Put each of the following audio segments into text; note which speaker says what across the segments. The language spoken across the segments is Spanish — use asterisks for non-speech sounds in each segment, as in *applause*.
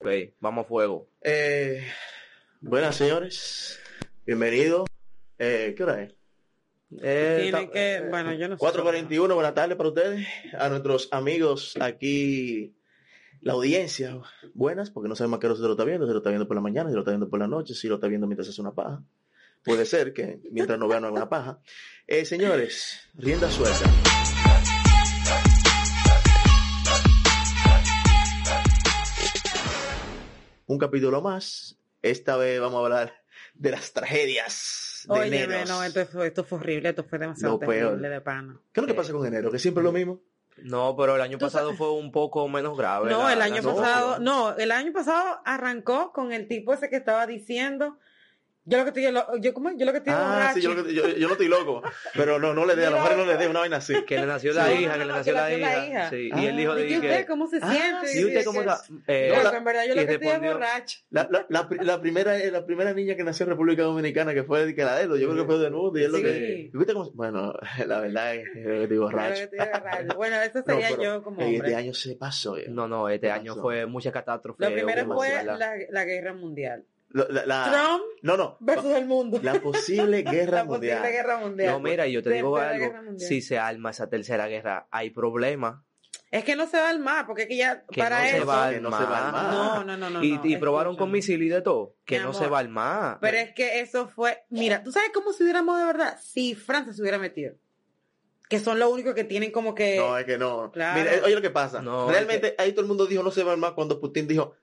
Speaker 1: Ok, vamos a fuego.
Speaker 2: Eh, buenas, señores. Bienvenidos. Eh, ¿Qué hora es? Eh,
Speaker 3: Tienen
Speaker 2: ta-
Speaker 3: que,
Speaker 2: eh,
Speaker 3: bueno, yo no sé.
Speaker 2: 4.41, buenas tardes para ustedes. A nuestros amigos aquí, la audiencia, buenas, porque no sabemos a qué hora se lo está viendo. Si lo está viendo por la mañana, si lo está viendo por la noche, si lo está viendo mientras hace una paja. Puede ser que mientras no vean alguna paja. Eh, señores, rienda suelta. Un capítulo más. Esta vez vamos a hablar de las tragedias de
Speaker 3: Oye,
Speaker 2: enero.
Speaker 3: ve, no, esto fue, esto fue horrible, esto fue demasiado
Speaker 2: Lo peor.
Speaker 3: terrible de pana.
Speaker 2: ¿Qué es lo que pasa con enero? Que siempre es lo mismo.
Speaker 1: No, pero el año
Speaker 3: Tú
Speaker 1: pasado fue un poco menos grave.
Speaker 3: No,
Speaker 1: la-
Speaker 3: el
Speaker 1: la
Speaker 3: año
Speaker 1: situación.
Speaker 3: pasado, no, el año pasado arrancó con el tipo ese que estaba diciendo, yo lo que estoy, lo- yo, ¿cómo es? yo lo que estoy
Speaker 2: Ah, sí, yo,
Speaker 3: borracho.
Speaker 2: lo que- yo, yo no estoy loco. Pero no, no le dé, a lo mejor no le dé una vaina así.
Speaker 1: Que le nació la
Speaker 3: *laughs* Sí.
Speaker 1: hija, que
Speaker 3: No,
Speaker 1: le
Speaker 3: no,
Speaker 1: nació
Speaker 3: que
Speaker 1: la
Speaker 3: nació la
Speaker 1: hija.
Speaker 3: hija.
Speaker 1: Sí,
Speaker 2: Ah.
Speaker 1: y él dijo
Speaker 3: ¿Y
Speaker 1: de
Speaker 3: que usted
Speaker 1: que...
Speaker 3: cómo se
Speaker 2: Ah,
Speaker 3: siente?
Speaker 1: ¿Y usted cómo está? Eh,
Speaker 3: Loco,
Speaker 2: la-
Speaker 3: en verdad yo
Speaker 1: y
Speaker 3: lo que estoy es
Speaker 1: respondió-
Speaker 3: borracho.
Speaker 2: La, la, la, pri- la primera, eh, la primera niña que nació en República Dominicana, que fue de que la de él, yo creo que fue de nudo y es lo
Speaker 3: Sí.
Speaker 2: que. ¿Y viste cómo se- Bueno, *laughs* la verdad es que yo estoy
Speaker 3: Claro que
Speaker 2: borracho.
Speaker 3: estoy borracho. Bueno,
Speaker 2: *laughs*
Speaker 3: eso
Speaker 2: No,
Speaker 3: sería
Speaker 2: pero,
Speaker 3: yo como
Speaker 2: eh, este
Speaker 3: hombre.
Speaker 2: año se pasó. eh.
Speaker 1: No, no, este
Speaker 2: ¿Qué
Speaker 1: año
Speaker 2: pasó?
Speaker 1: fue mucha catástrofe.
Speaker 3: Lo primero
Speaker 1: hubo
Speaker 3: fue
Speaker 1: demasiada-
Speaker 3: la, la guerra mundial.
Speaker 2: Lo- la- la-
Speaker 3: Trump
Speaker 2: no, no.
Speaker 3: versus el mundo.
Speaker 2: La posible guerra
Speaker 3: *laughs* La
Speaker 2: Ah. mundial.
Speaker 3: posible guerra mundial.
Speaker 1: No, mira, y yo te digo
Speaker 3: Tercera Guerra
Speaker 1: algo.
Speaker 3: Mundial.
Speaker 1: Si se arma esa tercera guerra, hay problemas.
Speaker 3: Es que no se va al mar, porque es que ya
Speaker 1: Que
Speaker 3: para
Speaker 1: no se
Speaker 3: eso.
Speaker 1: va
Speaker 2: que
Speaker 1: al
Speaker 2: no se va al
Speaker 1: mar.
Speaker 2: mar.
Speaker 3: No, no, no, no.
Speaker 1: Y,
Speaker 3: no,
Speaker 1: y probaron
Speaker 3: escúchame.
Speaker 1: con misiles y de todo. Que
Speaker 3: Mi
Speaker 1: no
Speaker 3: amor,
Speaker 1: se va al mar.
Speaker 3: Pero es que eso fue. Mira, ¿tú sabes cómo se hubiera armado de verdad? Si Francia se hubiera metido. Que son los únicos que tienen como que.
Speaker 2: No, es que no.
Speaker 3: Claro.
Speaker 2: Mira, eh, oye lo que pasa.
Speaker 1: No,
Speaker 2: Realmente ahí todo el mundo dijo no se va más cuando Putin dijo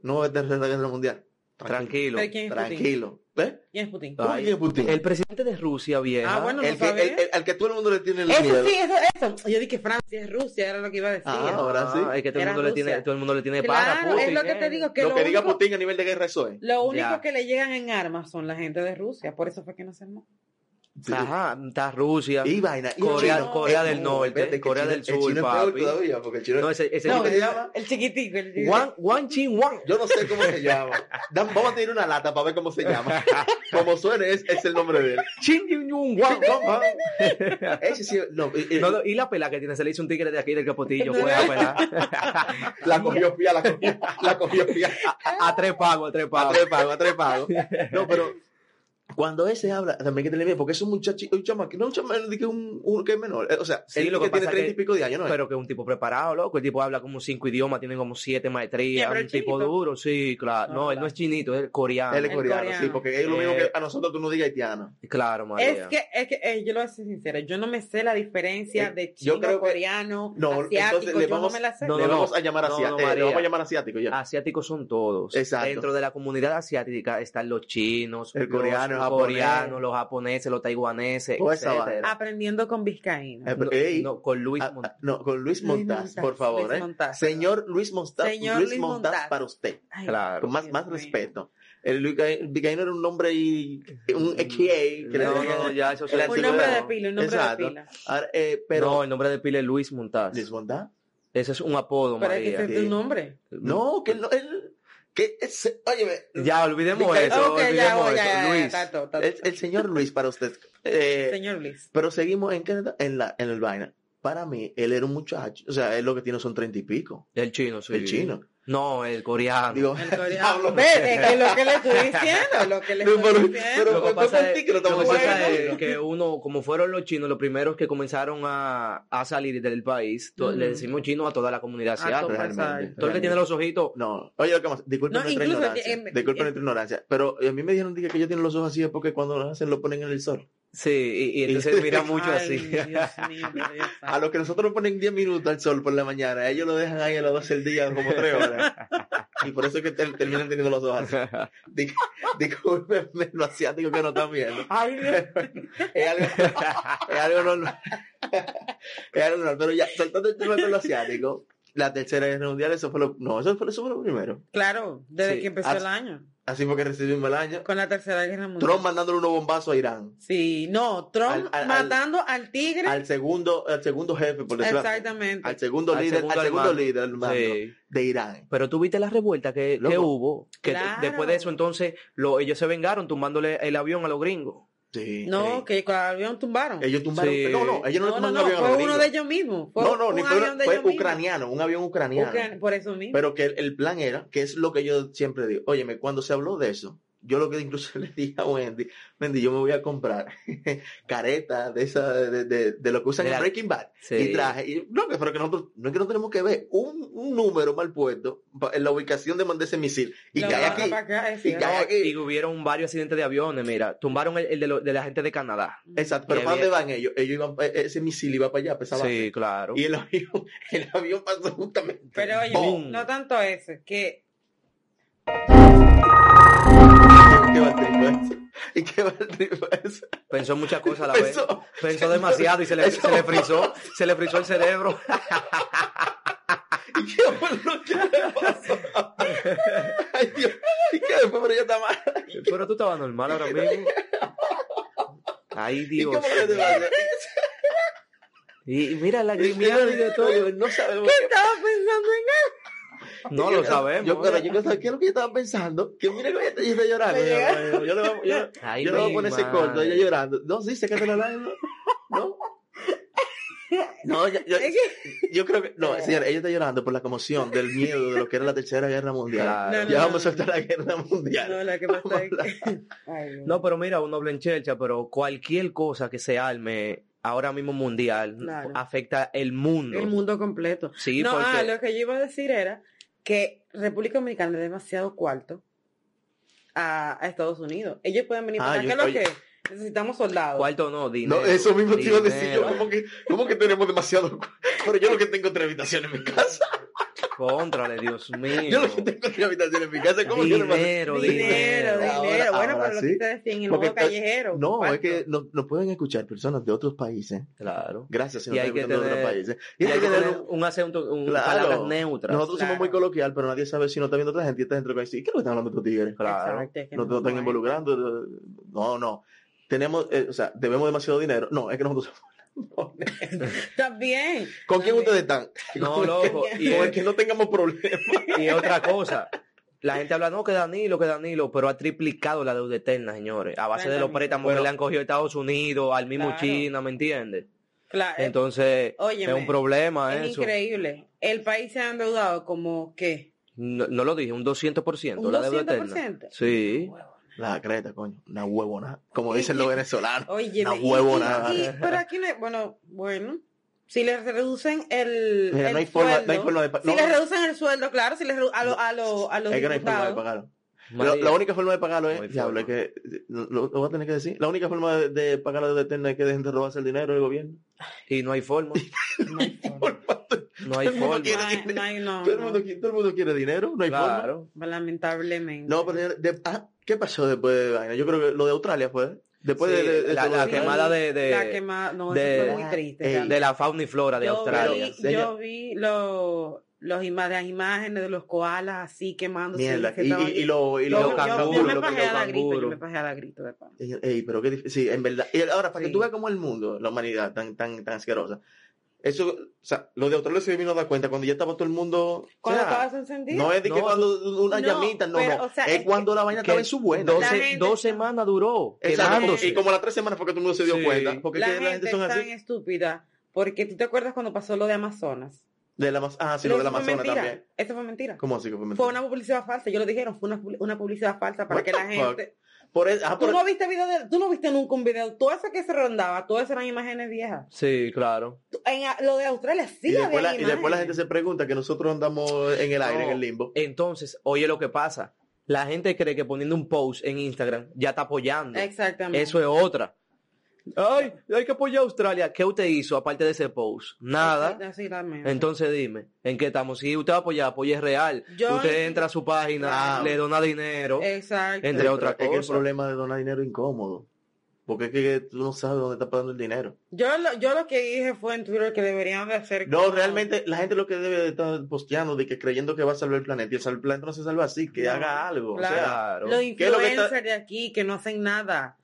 Speaker 2: no va a tener la guerra mundial.
Speaker 1: Tranquilo.
Speaker 3: Pero ¿quién es Putin?
Speaker 2: Tranquilo. ¿Eh?
Speaker 3: ¿Quién es Putin?
Speaker 1: Ah,
Speaker 2: ¿Cómo
Speaker 1: Ay.
Speaker 2: que es Putin?
Speaker 1: El presidente de Rusia, vieja.
Speaker 3: Ah, bueno, no
Speaker 2: El que,
Speaker 3: sabía.
Speaker 2: el- el- al que todo el mundo le tiene el miedo.
Speaker 3: Eso sí, eso, eso. Yo dije Francia es Rusia, era lo que iba a decir.
Speaker 2: Ah,
Speaker 3: Claro,
Speaker 2: ahora sí.
Speaker 1: Ah, Es que todo el
Speaker 3: Era
Speaker 1: mundo le
Speaker 3: Rusia.
Speaker 1: tiene, todo el mundo le tiene para
Speaker 3: es
Speaker 1: Putin,
Speaker 3: lo que
Speaker 1: eh.
Speaker 3: te digo. Que
Speaker 2: lo,
Speaker 3: lo,
Speaker 2: que diga
Speaker 3: único,
Speaker 2: Putin a nivel de guerra eso es.
Speaker 3: lo único
Speaker 1: Ya.
Speaker 3: que le llegan en armas son la gente de Rusia. Por eso fue que no se armó.
Speaker 1: Ajá, está Rusia.
Speaker 2: Y vaina. y
Speaker 1: Corea-
Speaker 2: China.
Speaker 1: Corea del
Speaker 2: Eh,
Speaker 1: Norte,
Speaker 2: espérate, que
Speaker 1: Corea
Speaker 2: el
Speaker 1: del
Speaker 2: chino-
Speaker 1: Sur,
Speaker 2: El chino es peor
Speaker 1: papi.
Speaker 2: todavía, porque el chino
Speaker 1: No, ese, ese
Speaker 2: No,
Speaker 3: No,
Speaker 2: ¿Cómo que se llama?
Speaker 3: el chiquitico. El chiquitico.
Speaker 1: Juan, Juan Chin Juan.
Speaker 2: Yo no sé cómo se llama. Dan- vamos a tener una lata para ver cómo se llama. Como suene, es, es el nombre de él.
Speaker 1: Chin Yun Yun Juan.
Speaker 2: Ese sí, no, eh, eh,
Speaker 1: No, no, y la pela que tiene, se le hizo un tigre de aquí del Capotillo,
Speaker 3: No.
Speaker 1: fue la
Speaker 3: *laughs*
Speaker 1: pela.
Speaker 2: la cogió fía, la cogió, la cogió fía.
Speaker 1: A, a tres pagos, a tres
Speaker 2: A
Speaker 1: pagos.
Speaker 2: tres pagos, a tres pagos. No, pero cuando ese habla, también hay que tener miedo, porque es un muchacho, un chamaco, no un chamaco, que un, un que es menor. eh, O sea,
Speaker 1: Sí,
Speaker 2: él
Speaker 1: lo
Speaker 2: lo
Speaker 1: que
Speaker 2: que, tiene
Speaker 1: pasa
Speaker 2: treinta
Speaker 1: que-
Speaker 2: y pico de años, ¿no? es?
Speaker 1: Pero que es un tipo preparado, loco. El tipo habla como cinco idiomas, tiene como siete maestrías.
Speaker 3: Ya, pero
Speaker 1: un
Speaker 3: el
Speaker 1: tipo
Speaker 3: chinito.
Speaker 1: duro, sí, claro.
Speaker 3: Ah,
Speaker 1: No, él no
Speaker 3: claro.
Speaker 1: es chinito, es coreano.
Speaker 2: él es
Speaker 3: el
Speaker 2: coreano, sí,
Speaker 3: coreano.
Speaker 2: porque es lo mismo
Speaker 1: Eh,
Speaker 2: que a nosotros tú no digas haitiano.
Speaker 1: Claro, María.
Speaker 3: Es que, es que eh, yo lo voy a ser sincera, yo no me sé la diferencia
Speaker 2: Eh,
Speaker 3: de
Speaker 2: yo
Speaker 3: chino,
Speaker 2: creo que-
Speaker 3: coreano,
Speaker 2: No, entonces
Speaker 3: asiático,
Speaker 2: le
Speaker 3: yo
Speaker 2: vamos-
Speaker 3: no me la sé.
Speaker 1: no,
Speaker 2: le
Speaker 1: no,
Speaker 2: vamos a llamar
Speaker 1: no,
Speaker 2: asia-
Speaker 1: no,
Speaker 2: eh, le vamos
Speaker 1: María. Ah,
Speaker 2: a llamar asiático ya.
Speaker 1: Asiáticos son todos.
Speaker 2: Exacto.
Speaker 1: Dentro de la comunidad asiática están los chinos,
Speaker 2: El
Speaker 1: los
Speaker 2: coreano, el japonés.
Speaker 1: coreanos, los japoneses, los taiwaneses,
Speaker 2: Toda esa
Speaker 1: etcétera.
Speaker 3: Aprendiendo con vizcaíno.
Speaker 2: Eh,
Speaker 1: No,
Speaker 2: Ey.
Speaker 1: no, con Luis
Speaker 2: Ah,
Speaker 1: Mont-
Speaker 2: ah, no, con Luis
Speaker 3: Luis
Speaker 2: Montaz,
Speaker 3: Montaz,
Speaker 2: por favor,
Speaker 3: Luis
Speaker 2: ¿eh?
Speaker 3: Montaz.
Speaker 2: Señor Luis Montaz,
Speaker 3: Señor
Speaker 2: Luis
Speaker 3: Luis
Speaker 2: Montaz,
Speaker 3: Montaz.
Speaker 2: para usted.
Speaker 1: ah,
Speaker 3: Ay,
Speaker 1: claro.
Speaker 2: Con más,
Speaker 3: Dios
Speaker 2: más
Speaker 3: mío.
Speaker 2: respeto. El Luis Ca- el Vicaíno era un nombre y un EKA que le
Speaker 1: Mm, No,
Speaker 2: decían-
Speaker 1: no, ya eso
Speaker 2: El
Speaker 1: se
Speaker 2: la
Speaker 3: Un
Speaker 2: antigüedad,
Speaker 3: nombre de
Speaker 2: ¿no?
Speaker 3: pila, un nombre
Speaker 2: Exacto.
Speaker 3: de pila.
Speaker 2: Ahora, eh, pero
Speaker 1: No, Mm. el nombre de pila es Luis Montaz.
Speaker 2: Luis Montaz.
Speaker 1: Ese es un apodo,
Speaker 3: Pero es que
Speaker 1: María.
Speaker 3: ese es
Speaker 2: Sí.
Speaker 3: tu nombre.
Speaker 2: No, que no, él, que ese, óyeme,
Speaker 1: Ya, olvidemos
Speaker 2: Dice-
Speaker 1: eso,
Speaker 3: Ok, ya,
Speaker 1: olvidemos
Speaker 3: ya,
Speaker 1: eso.
Speaker 3: ya, ya,
Speaker 1: Luis.
Speaker 3: tato, tato.
Speaker 2: el, el señor Luis para usted. Eh,
Speaker 3: Señor Luis.
Speaker 2: pero seguimos en Canadá, en la, en el vaina. Para mí, él era un muchacho, o sea, él lo que tiene son treinta y pico,
Speaker 1: El chino, sí.
Speaker 2: el chino.
Speaker 1: No, el coreano.
Speaker 2: Digo, *laughs*
Speaker 3: El coreano.
Speaker 2: Diablo.
Speaker 3: Ve, es que lo
Speaker 2: *laughs*
Speaker 3: que le estoy diciendo, lo que le
Speaker 2: No,
Speaker 3: estoy
Speaker 2: pero-
Speaker 3: diciendo.
Speaker 1: lo que
Speaker 2: Pero fue
Speaker 1: pasa,
Speaker 2: por
Speaker 1: es,
Speaker 2: ti que lo estamos
Speaker 1: lo que pasa
Speaker 2: haciendo.
Speaker 1: es que uno, como fueron los chinos los primeros que comenzaron a, a salir del país, to-
Speaker 3: Mm.
Speaker 1: le decimos chino a toda la comunidad
Speaker 3: Ah,
Speaker 1: asiática.
Speaker 3: todo
Speaker 2: realmente.
Speaker 1: Todo el que tiene los ojitos,
Speaker 2: No, oye, lo que más, disculpen
Speaker 3: No,
Speaker 2: nuestra
Speaker 3: incluso,
Speaker 2: ignorancia,
Speaker 3: em,
Speaker 2: disculpen
Speaker 3: em.
Speaker 2: nuestra ignorancia, pero a mí me dijeron dije, que ellos tienen los ojos así es porque cuando lo hacen lo ponen en el sol.
Speaker 1: sí, y, y entonces
Speaker 2: *laughs*
Speaker 1: mira mucho
Speaker 3: Ay,
Speaker 1: así. *laughs*
Speaker 3: Dios mío, pero Dios
Speaker 2: A los que nosotros nos ponen 10 minutos al sol por la mañana, ellos lo dejan ahí a las 12 del día como 3 horas. Y por eso es que ter- terminan teniendo los ojos así. Dis- Discúlpenme los asiáticos que no están viendo. *laughs*
Speaker 3: Ay, Dios.
Speaker 2: Es algo, es algo normal. Es algo normal. Pero ya, saltando el tema de los asiáticos, la tercera guerra mundial, eso fue lo, no, eso fue, eso fue lo primero.
Speaker 3: Claro, desde
Speaker 1: Sí,
Speaker 3: que empezó
Speaker 2: as-
Speaker 3: el año.
Speaker 2: Así fue que recibimos el año.
Speaker 3: Con la tercera guerra mundial.
Speaker 2: Trump mandándole unos bombazos a Irán.
Speaker 3: Sí, no, Trump
Speaker 2: Al- al- al-
Speaker 3: matando al tigre.
Speaker 2: Al segundo, al segundo jefe, por decirlo así.
Speaker 3: Exactamente.
Speaker 2: Al segundo
Speaker 1: Al
Speaker 2: líder,
Speaker 1: segundo
Speaker 2: al
Speaker 1: al
Speaker 2: segundo
Speaker 1: mando.
Speaker 2: líder al mando
Speaker 1: Sí.
Speaker 2: de Irán.
Speaker 1: Pero tú viste la revuelta que, que
Speaker 2: Loco.
Speaker 1: hubo, que
Speaker 3: Claro.
Speaker 1: después de eso entonces lo- ellos se vengaron tumbándole el avión a los gringos.
Speaker 2: Sí, ey.
Speaker 3: No, que el avión tumbaron.
Speaker 2: Ellos tumbaron.
Speaker 1: Sí.
Speaker 2: No, no, ellos no,
Speaker 3: no,
Speaker 2: le tumbaron
Speaker 3: no, no,
Speaker 2: un avión a
Speaker 3: fue
Speaker 2: los
Speaker 3: uno
Speaker 2: gringos.
Speaker 3: de ellos mismos. Fue
Speaker 2: no, no,
Speaker 3: un
Speaker 2: ni fue,
Speaker 3: avión de
Speaker 2: fue
Speaker 3: ellos mismos.
Speaker 2: ucraniano, un avión ucraniano.
Speaker 3: Ucran- por eso mismo.
Speaker 2: Pero que el, el plan era, que es lo que yo siempre digo, óyeme, cuando se habló de eso, yo lo que incluso *laughs* le dije a Wendy, Wendy, yo me voy a comprar *laughs* careta de esa, de, de- de lo que usan
Speaker 1: De
Speaker 2: en
Speaker 1: la-
Speaker 2: Breaking Bad.
Speaker 1: Sí.
Speaker 2: Y traje, y no, que- pero que nosotros, no es que no tenemos que ver un, un número mal puesto pa- en la ubicación de mandar ese misil. Y
Speaker 3: Lo
Speaker 2: cae
Speaker 3: baja
Speaker 2: aquí.
Speaker 3: para acá, es
Speaker 2: Y
Speaker 3: cierto.
Speaker 2: cae aquí.
Speaker 1: Y hubieron varios accidentes de aviones, mira. Tumbaron el, el de, lo- de la gente de Canadá.
Speaker 2: Exacto, pero
Speaker 1: Y
Speaker 2: ¿para dónde
Speaker 1: había-
Speaker 2: van ellos? Ellos iban, pa- ese misil iba para allá, para esa base.
Speaker 1: Sí, claro.
Speaker 2: Y el avión, *laughs* el avión pasó justamente.
Speaker 3: Pero oye,
Speaker 2: ¡Bum!
Speaker 3: no tanto eso, que
Speaker 2: ¿Qué va el trip eso? ¿Y qué va el trip eso?
Speaker 1: Pensó muchas cosas a la vez.
Speaker 2: *laughs* Pensó-
Speaker 1: Pensó demasiado y se le,
Speaker 2: *laughs* Eso-
Speaker 1: se le frizó, se le frizó el
Speaker 2: *laughs*
Speaker 1: cerebro.
Speaker 2: ¿Y qué fue lo que le
Speaker 1: *laughs*
Speaker 2: pasó? Ay, Dios. ¿Y qué después? Pero ya está mal.
Speaker 1: Pero tú estabas normal ahora
Speaker 2: *laughs*
Speaker 1: mismo. Ay,
Speaker 2: ¿Y
Speaker 1: Dios.
Speaker 2: cómo que te pasa?
Speaker 1: Y, y mira
Speaker 2: *laughs*
Speaker 1: la grimiada y de todo.
Speaker 2: No sabemos.
Speaker 3: estaba pensando en
Speaker 1: No
Speaker 2: Yo-
Speaker 1: lo sabemos. ¿eh?
Speaker 2: Yo, pero yo quiero saber qué es lo que yo estaba pensando. Que mira que ella está- ella está llorando.
Speaker 3: Me llega.
Speaker 2: Yo, yo, yo le voy a- yo-
Speaker 1: Ay,
Speaker 2: yo le voy a
Speaker 1: mi
Speaker 2: poner ese
Speaker 1: madre.
Speaker 2: corto, ella llorando. No, sí, sé que te lo hablando.
Speaker 1: *laughs*
Speaker 2: No. No, yo, yo,
Speaker 3: Es que-
Speaker 2: yo creo que. No, señora, ella está llorando por la conmoción del miedo de lo que era la tercera guerra mundial.
Speaker 1: Claro.
Speaker 3: No, no,
Speaker 2: ya
Speaker 3: no,
Speaker 2: vamos a
Speaker 3: no.
Speaker 2: soltar la guerra mundial. *laughs*
Speaker 3: No, la que más está es que- *laughs* Ay, Dios.
Speaker 2: pues,
Speaker 1: No, pero mira, uno habla en chelcha, pero cualquier cosa que se arme ahora mismo mundial
Speaker 3: Claro.
Speaker 1: afecta el mundo.
Speaker 3: el mundo completo.
Speaker 1: Sí,
Speaker 3: no,
Speaker 1: porque
Speaker 3: ah, lo que yo iba a decir era que República Dominicana es demasiado cuarto a, a Estados Unidos. Ellos pueden venir
Speaker 2: Ah,
Speaker 3: para acá,
Speaker 2: yo-
Speaker 3: ¿qué es lo
Speaker 2: oye.
Speaker 3: que necesitamos soldados.
Speaker 1: cuarto no, dinero.
Speaker 2: No, eso mismo te iba a decir
Speaker 1: dinero.
Speaker 2: yo. ¿Cómo que, cómo que tenemos demasiado? *laughs* cu- Pero yo lo que tengo tres habitaciones en mi casa.
Speaker 1: Contrale, Dios mío.
Speaker 2: *laughs* Yo lo que tengo tres habitaciones en mi casa. ¿Cómo que demasiado?
Speaker 1: dinero, dinero,
Speaker 3: dinero, dinero.
Speaker 2: Ahora-
Speaker 3: bueno,
Speaker 2: ahora
Speaker 3: pero lo
Speaker 2: sí.
Speaker 3: que ustedes tienen en el
Speaker 2: Porque
Speaker 3: modo
Speaker 2: está-
Speaker 3: callejero.
Speaker 2: No, es
Speaker 3: cuarto.
Speaker 2: que nos no pueden escuchar personas de otros países.
Speaker 1: Claro.
Speaker 2: Gracias,
Speaker 1: Y
Speaker 2: señor,
Speaker 1: hay que
Speaker 2: de otros
Speaker 1: tener-
Speaker 2: países.
Speaker 1: Y hay que
Speaker 2: tener
Speaker 1: tener
Speaker 2: un-
Speaker 1: un acento, un,
Speaker 2: Claro.
Speaker 1: palabras neutras.
Speaker 2: Nosotros
Speaker 3: Claro.
Speaker 2: somos muy coloquial, pero nadie sabe si no está viendo otra gente y está dentro del país. ¿Y qué es lo que están hablando estos tigres?
Speaker 1: Claro.
Speaker 3: Exacto, es que
Speaker 2: No te están
Speaker 3: hay.
Speaker 2: involucrando. eh, No, no. Tenemos, eh, o sea, debemos demasiado dinero. No, es que nosotros somos...
Speaker 3: Está bien.
Speaker 2: ¿Con quién
Speaker 3: Está
Speaker 2: ustedes *laughs* están?
Speaker 1: No,
Speaker 2: Con el que-
Speaker 1: loco,
Speaker 2: *laughs*
Speaker 1: y
Speaker 2: Con el
Speaker 1: es-
Speaker 2: que no tengamos problemas.
Speaker 1: Y otra cosa, la gente habla, no, que Danilo, que Danilo, pero ha triplicado la deuda eterna, señores, a base de los
Speaker 3: Exactamente.
Speaker 1: préstamos
Speaker 2: Bueno.
Speaker 1: que le han cogido a Estados Unidos, al mismo
Speaker 3: Claro.
Speaker 1: China, ¿me entiendes?
Speaker 3: Claro, eh,
Speaker 1: Entonces,
Speaker 3: óyeme,
Speaker 1: es un problema
Speaker 3: es
Speaker 1: eso.
Speaker 3: increíble. El país se ha endeudado como, ¿qué?
Speaker 1: No, no lo dije, un 200%,
Speaker 3: ¿Un
Speaker 1: la deuda
Speaker 3: 200%?
Speaker 1: eterna. Sí.
Speaker 2: La creta, coño. Una huevona. Como dicen los venezolanos.
Speaker 3: Oye,
Speaker 2: Una
Speaker 3: y- y-
Speaker 2: huevonada.
Speaker 3: y- pero aquí no hay- bueno, bueno, si les reducen el,
Speaker 2: *laughs* Mira,
Speaker 3: el
Speaker 2: no hay forma,
Speaker 3: sueldo,
Speaker 2: no hay forma de pa-
Speaker 3: si
Speaker 2: no,
Speaker 3: les
Speaker 2: no.
Speaker 3: reducen el sueldo, claro, si les redu- a, lo- a, lo- a los
Speaker 2: Es que no hay forma de
Speaker 3: diputados,
Speaker 2: pagarlo. La,
Speaker 1: María,
Speaker 2: la única forma de pagarlo
Speaker 1: No
Speaker 2: es,
Speaker 1: hay
Speaker 2: diablo, es
Speaker 1: forma.
Speaker 2: que lo, lo voy a tener que decir. La única forma de, de pagar la deuda eterna es que dejen de robarse el dinero del gobierno.
Speaker 1: Y no hay
Speaker 2: *laughs*
Speaker 1: forma,
Speaker 3: no hay forma.
Speaker 1: no hay
Speaker 2: Todo el mundo
Speaker 1: forma.
Speaker 2: quiere-
Speaker 3: No hay- no hay- no,
Speaker 2: Todo el, mundo,
Speaker 3: no.
Speaker 2: qui- todo el mundo quiere dinero, no hay forma.
Speaker 1: Claro.
Speaker 3: lamentablemente.
Speaker 2: No, pero señores, de- ah, ¿qué pasó después de vaina? Yo creo que lo de Australia fue. Después
Speaker 1: Sí,
Speaker 2: de, de- de eh,
Speaker 1: la,
Speaker 2: todo
Speaker 1: la
Speaker 2: lo que-
Speaker 1: quemada de, de-
Speaker 3: la quemada, no,
Speaker 1: de-
Speaker 3: eso fue muy triste.
Speaker 2: Ey,
Speaker 1: de
Speaker 3: realmente.
Speaker 1: la fauna y flora de
Speaker 3: yo
Speaker 1: Australia.
Speaker 3: Vi,
Speaker 2: Señor.
Speaker 3: yo vi lo- los ima- las imágenes de los koalas así quemándose.
Speaker 2: Mierda.
Speaker 3: que
Speaker 2: Y,
Speaker 3: estaban-
Speaker 2: y- y lo- y
Speaker 3: Yo-
Speaker 1: los
Speaker 2: lo-
Speaker 3: yo-
Speaker 1: canguros,
Speaker 3: Yo
Speaker 2: lo
Speaker 3: me
Speaker 2: que-
Speaker 3: pajé a la grito, yo
Speaker 1: canguros.
Speaker 3: me pajé a la grito de pan.
Speaker 2: Ey, ey, pero qué difícil. Sí, en verdad. Y ahora, para que
Speaker 3: Sí.
Speaker 2: tú veas cómo el mundo, la humanidad, tan, tan, tan asquerosa. Eso, o sea, lo de Australia se vino a dar cuenta cuando ya estaba todo el mundo. o
Speaker 3: Cuando
Speaker 2: sea,
Speaker 3: estaba eso encendido.
Speaker 2: No es de que
Speaker 1: No,
Speaker 2: cuando una
Speaker 3: no,
Speaker 2: llamita, no,
Speaker 3: pero,
Speaker 2: no.
Speaker 3: o sea,
Speaker 2: es,
Speaker 3: es
Speaker 2: cuando la vaina
Speaker 1: que
Speaker 2: estaba en su buena.
Speaker 1: Dos,
Speaker 3: La
Speaker 1: se-
Speaker 3: gente
Speaker 1: dos
Speaker 3: está-
Speaker 1: semanas duró
Speaker 2: Exacto,
Speaker 1: quemándose.
Speaker 2: Y como a las tres semanas fue que todo el mundo se dio
Speaker 1: Sí.
Speaker 2: cuenta. Porque es
Speaker 3: la,
Speaker 2: que
Speaker 3: gente
Speaker 2: son
Speaker 3: es tan
Speaker 2: así.
Speaker 3: estúpida porque tú te acuerdas cuando pasó lo de Amazonas.
Speaker 2: De la, Amaz- ah, sí, lo de la
Speaker 3: Eso fue
Speaker 2: Amazonas
Speaker 3: mentira.
Speaker 2: también.
Speaker 3: Eso fue mentira.
Speaker 2: ¿Cómo así que fue mentira?
Speaker 3: Fue una publicidad falsa, yo lo dijeron, fue una, publi- una publicidad falsa para
Speaker 2: What
Speaker 3: que la
Speaker 2: the fuck?
Speaker 3: gente...
Speaker 2: Por eso, ah,
Speaker 3: Tú
Speaker 2: por-
Speaker 3: no viste video de- tú no viste nunca un video, todo eso que se rondaba, todas esas eran imágenes viejas.
Speaker 1: Sí, claro.
Speaker 3: Tú- En, a- lo de Australia sí
Speaker 2: y, después la,
Speaker 3: había
Speaker 2: y después la gente se pregunta que nosotros andamos en el aire,
Speaker 1: No.
Speaker 2: en el limbo.
Speaker 1: Entonces, oye lo que pasa. La gente cree que poniendo un post en Instagram ya está apoyando.
Speaker 3: Exactamente.
Speaker 1: Eso es otra. Ay, hay que apoyar a Australia. ¿Qué usted hizo aparte de ese post? Nada.
Speaker 3: Exactamente.
Speaker 1: Entonces dime, ¿en qué estamos? Si usted va a apoyar, apoye real.
Speaker 3: Yo-
Speaker 1: usted entra a su página,
Speaker 2: Claro.
Speaker 1: le dona dinero.
Speaker 3: Exacto.
Speaker 1: Entre
Speaker 2: Pero
Speaker 1: otras
Speaker 2: Es que el
Speaker 1: cosas.
Speaker 2: problema de donar dinero es incómodo. Porque es que tú no sabes dónde está pagando el dinero.
Speaker 3: Yo lo, yo lo que dije fue en Twitter que deberían de hacer...
Speaker 2: No,
Speaker 3: como-
Speaker 2: realmente la gente lo que debe de estar posteando de que creyendo que va a salvar el planeta y el sal- planeta no se salva así, que
Speaker 3: No,
Speaker 2: haga algo. O
Speaker 3: claro.
Speaker 2: sea,
Speaker 1: Claro.
Speaker 3: Los
Speaker 2: ¿Qué es lo que está-
Speaker 3: influencers de aquí que no hacen nada.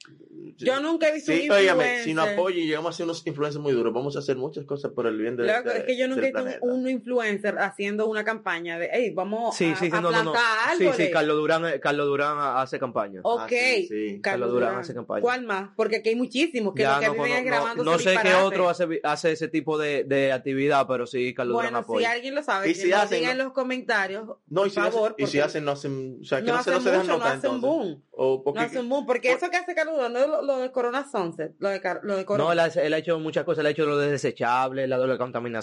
Speaker 3: Yo nunca he visto
Speaker 2: Sí,
Speaker 3: un
Speaker 2: óigame, si no
Speaker 3: influencer.
Speaker 2: apoyo y llegamos a ser unos influencers muy duros, vamos a hacer muchas cosas por el bien de,
Speaker 3: Loco,
Speaker 2: de-
Speaker 3: es que yo nunca
Speaker 2: del
Speaker 3: he visto
Speaker 2: planeta.
Speaker 3: un, un influencer haciendo una campaña de, hey, vamos
Speaker 1: Sí,
Speaker 3: a,
Speaker 1: sí, sí,
Speaker 3: a
Speaker 1: no, no, no.
Speaker 3: plantar
Speaker 1: Sí,
Speaker 3: árboles.
Speaker 1: sí, Carlos Durán, eh, Carlos Durán ha- hace campaña.
Speaker 3: Ok,
Speaker 2: Ah, sí, sí.
Speaker 1: Carlos Durán hace campaña.
Speaker 3: ¿Cuál más? Porque aquí hay muchísimos que
Speaker 1: Ya
Speaker 3: lo que
Speaker 1: no,
Speaker 3: viven es
Speaker 1: cono-
Speaker 3: grabando
Speaker 1: no, no sé qué otro hace, vi- hace ese tipo de, de actividad, pero sí, Carlos Durán
Speaker 3: Bueno, si
Speaker 1: apoya.
Speaker 3: alguien lo sabe,
Speaker 2: Y
Speaker 3: que
Speaker 2: si
Speaker 3: nos
Speaker 2: hacen,
Speaker 3: diga en
Speaker 2: ¿no?
Speaker 3: los comentarios,
Speaker 2: No, y
Speaker 3: por
Speaker 2: si,
Speaker 3: favor.
Speaker 2: hacen, y si
Speaker 3: porque
Speaker 2: hacen, no hacen. O sea, que
Speaker 3: no
Speaker 2: no, se, no
Speaker 3: hacen
Speaker 2: se dejan
Speaker 3: mucho, no
Speaker 2: notar
Speaker 3: hacen
Speaker 2: entonces.
Speaker 3: boom.
Speaker 2: O porque,
Speaker 3: No hace un boom, porque eso que hace Carlos Durán, no es lo, lo de Corona Sunset, lo de, Car- lo de
Speaker 1: No,
Speaker 3: Corona.
Speaker 1: él, ha- él ha hecho muchas cosas, él ha hecho lo de desechables, lo de la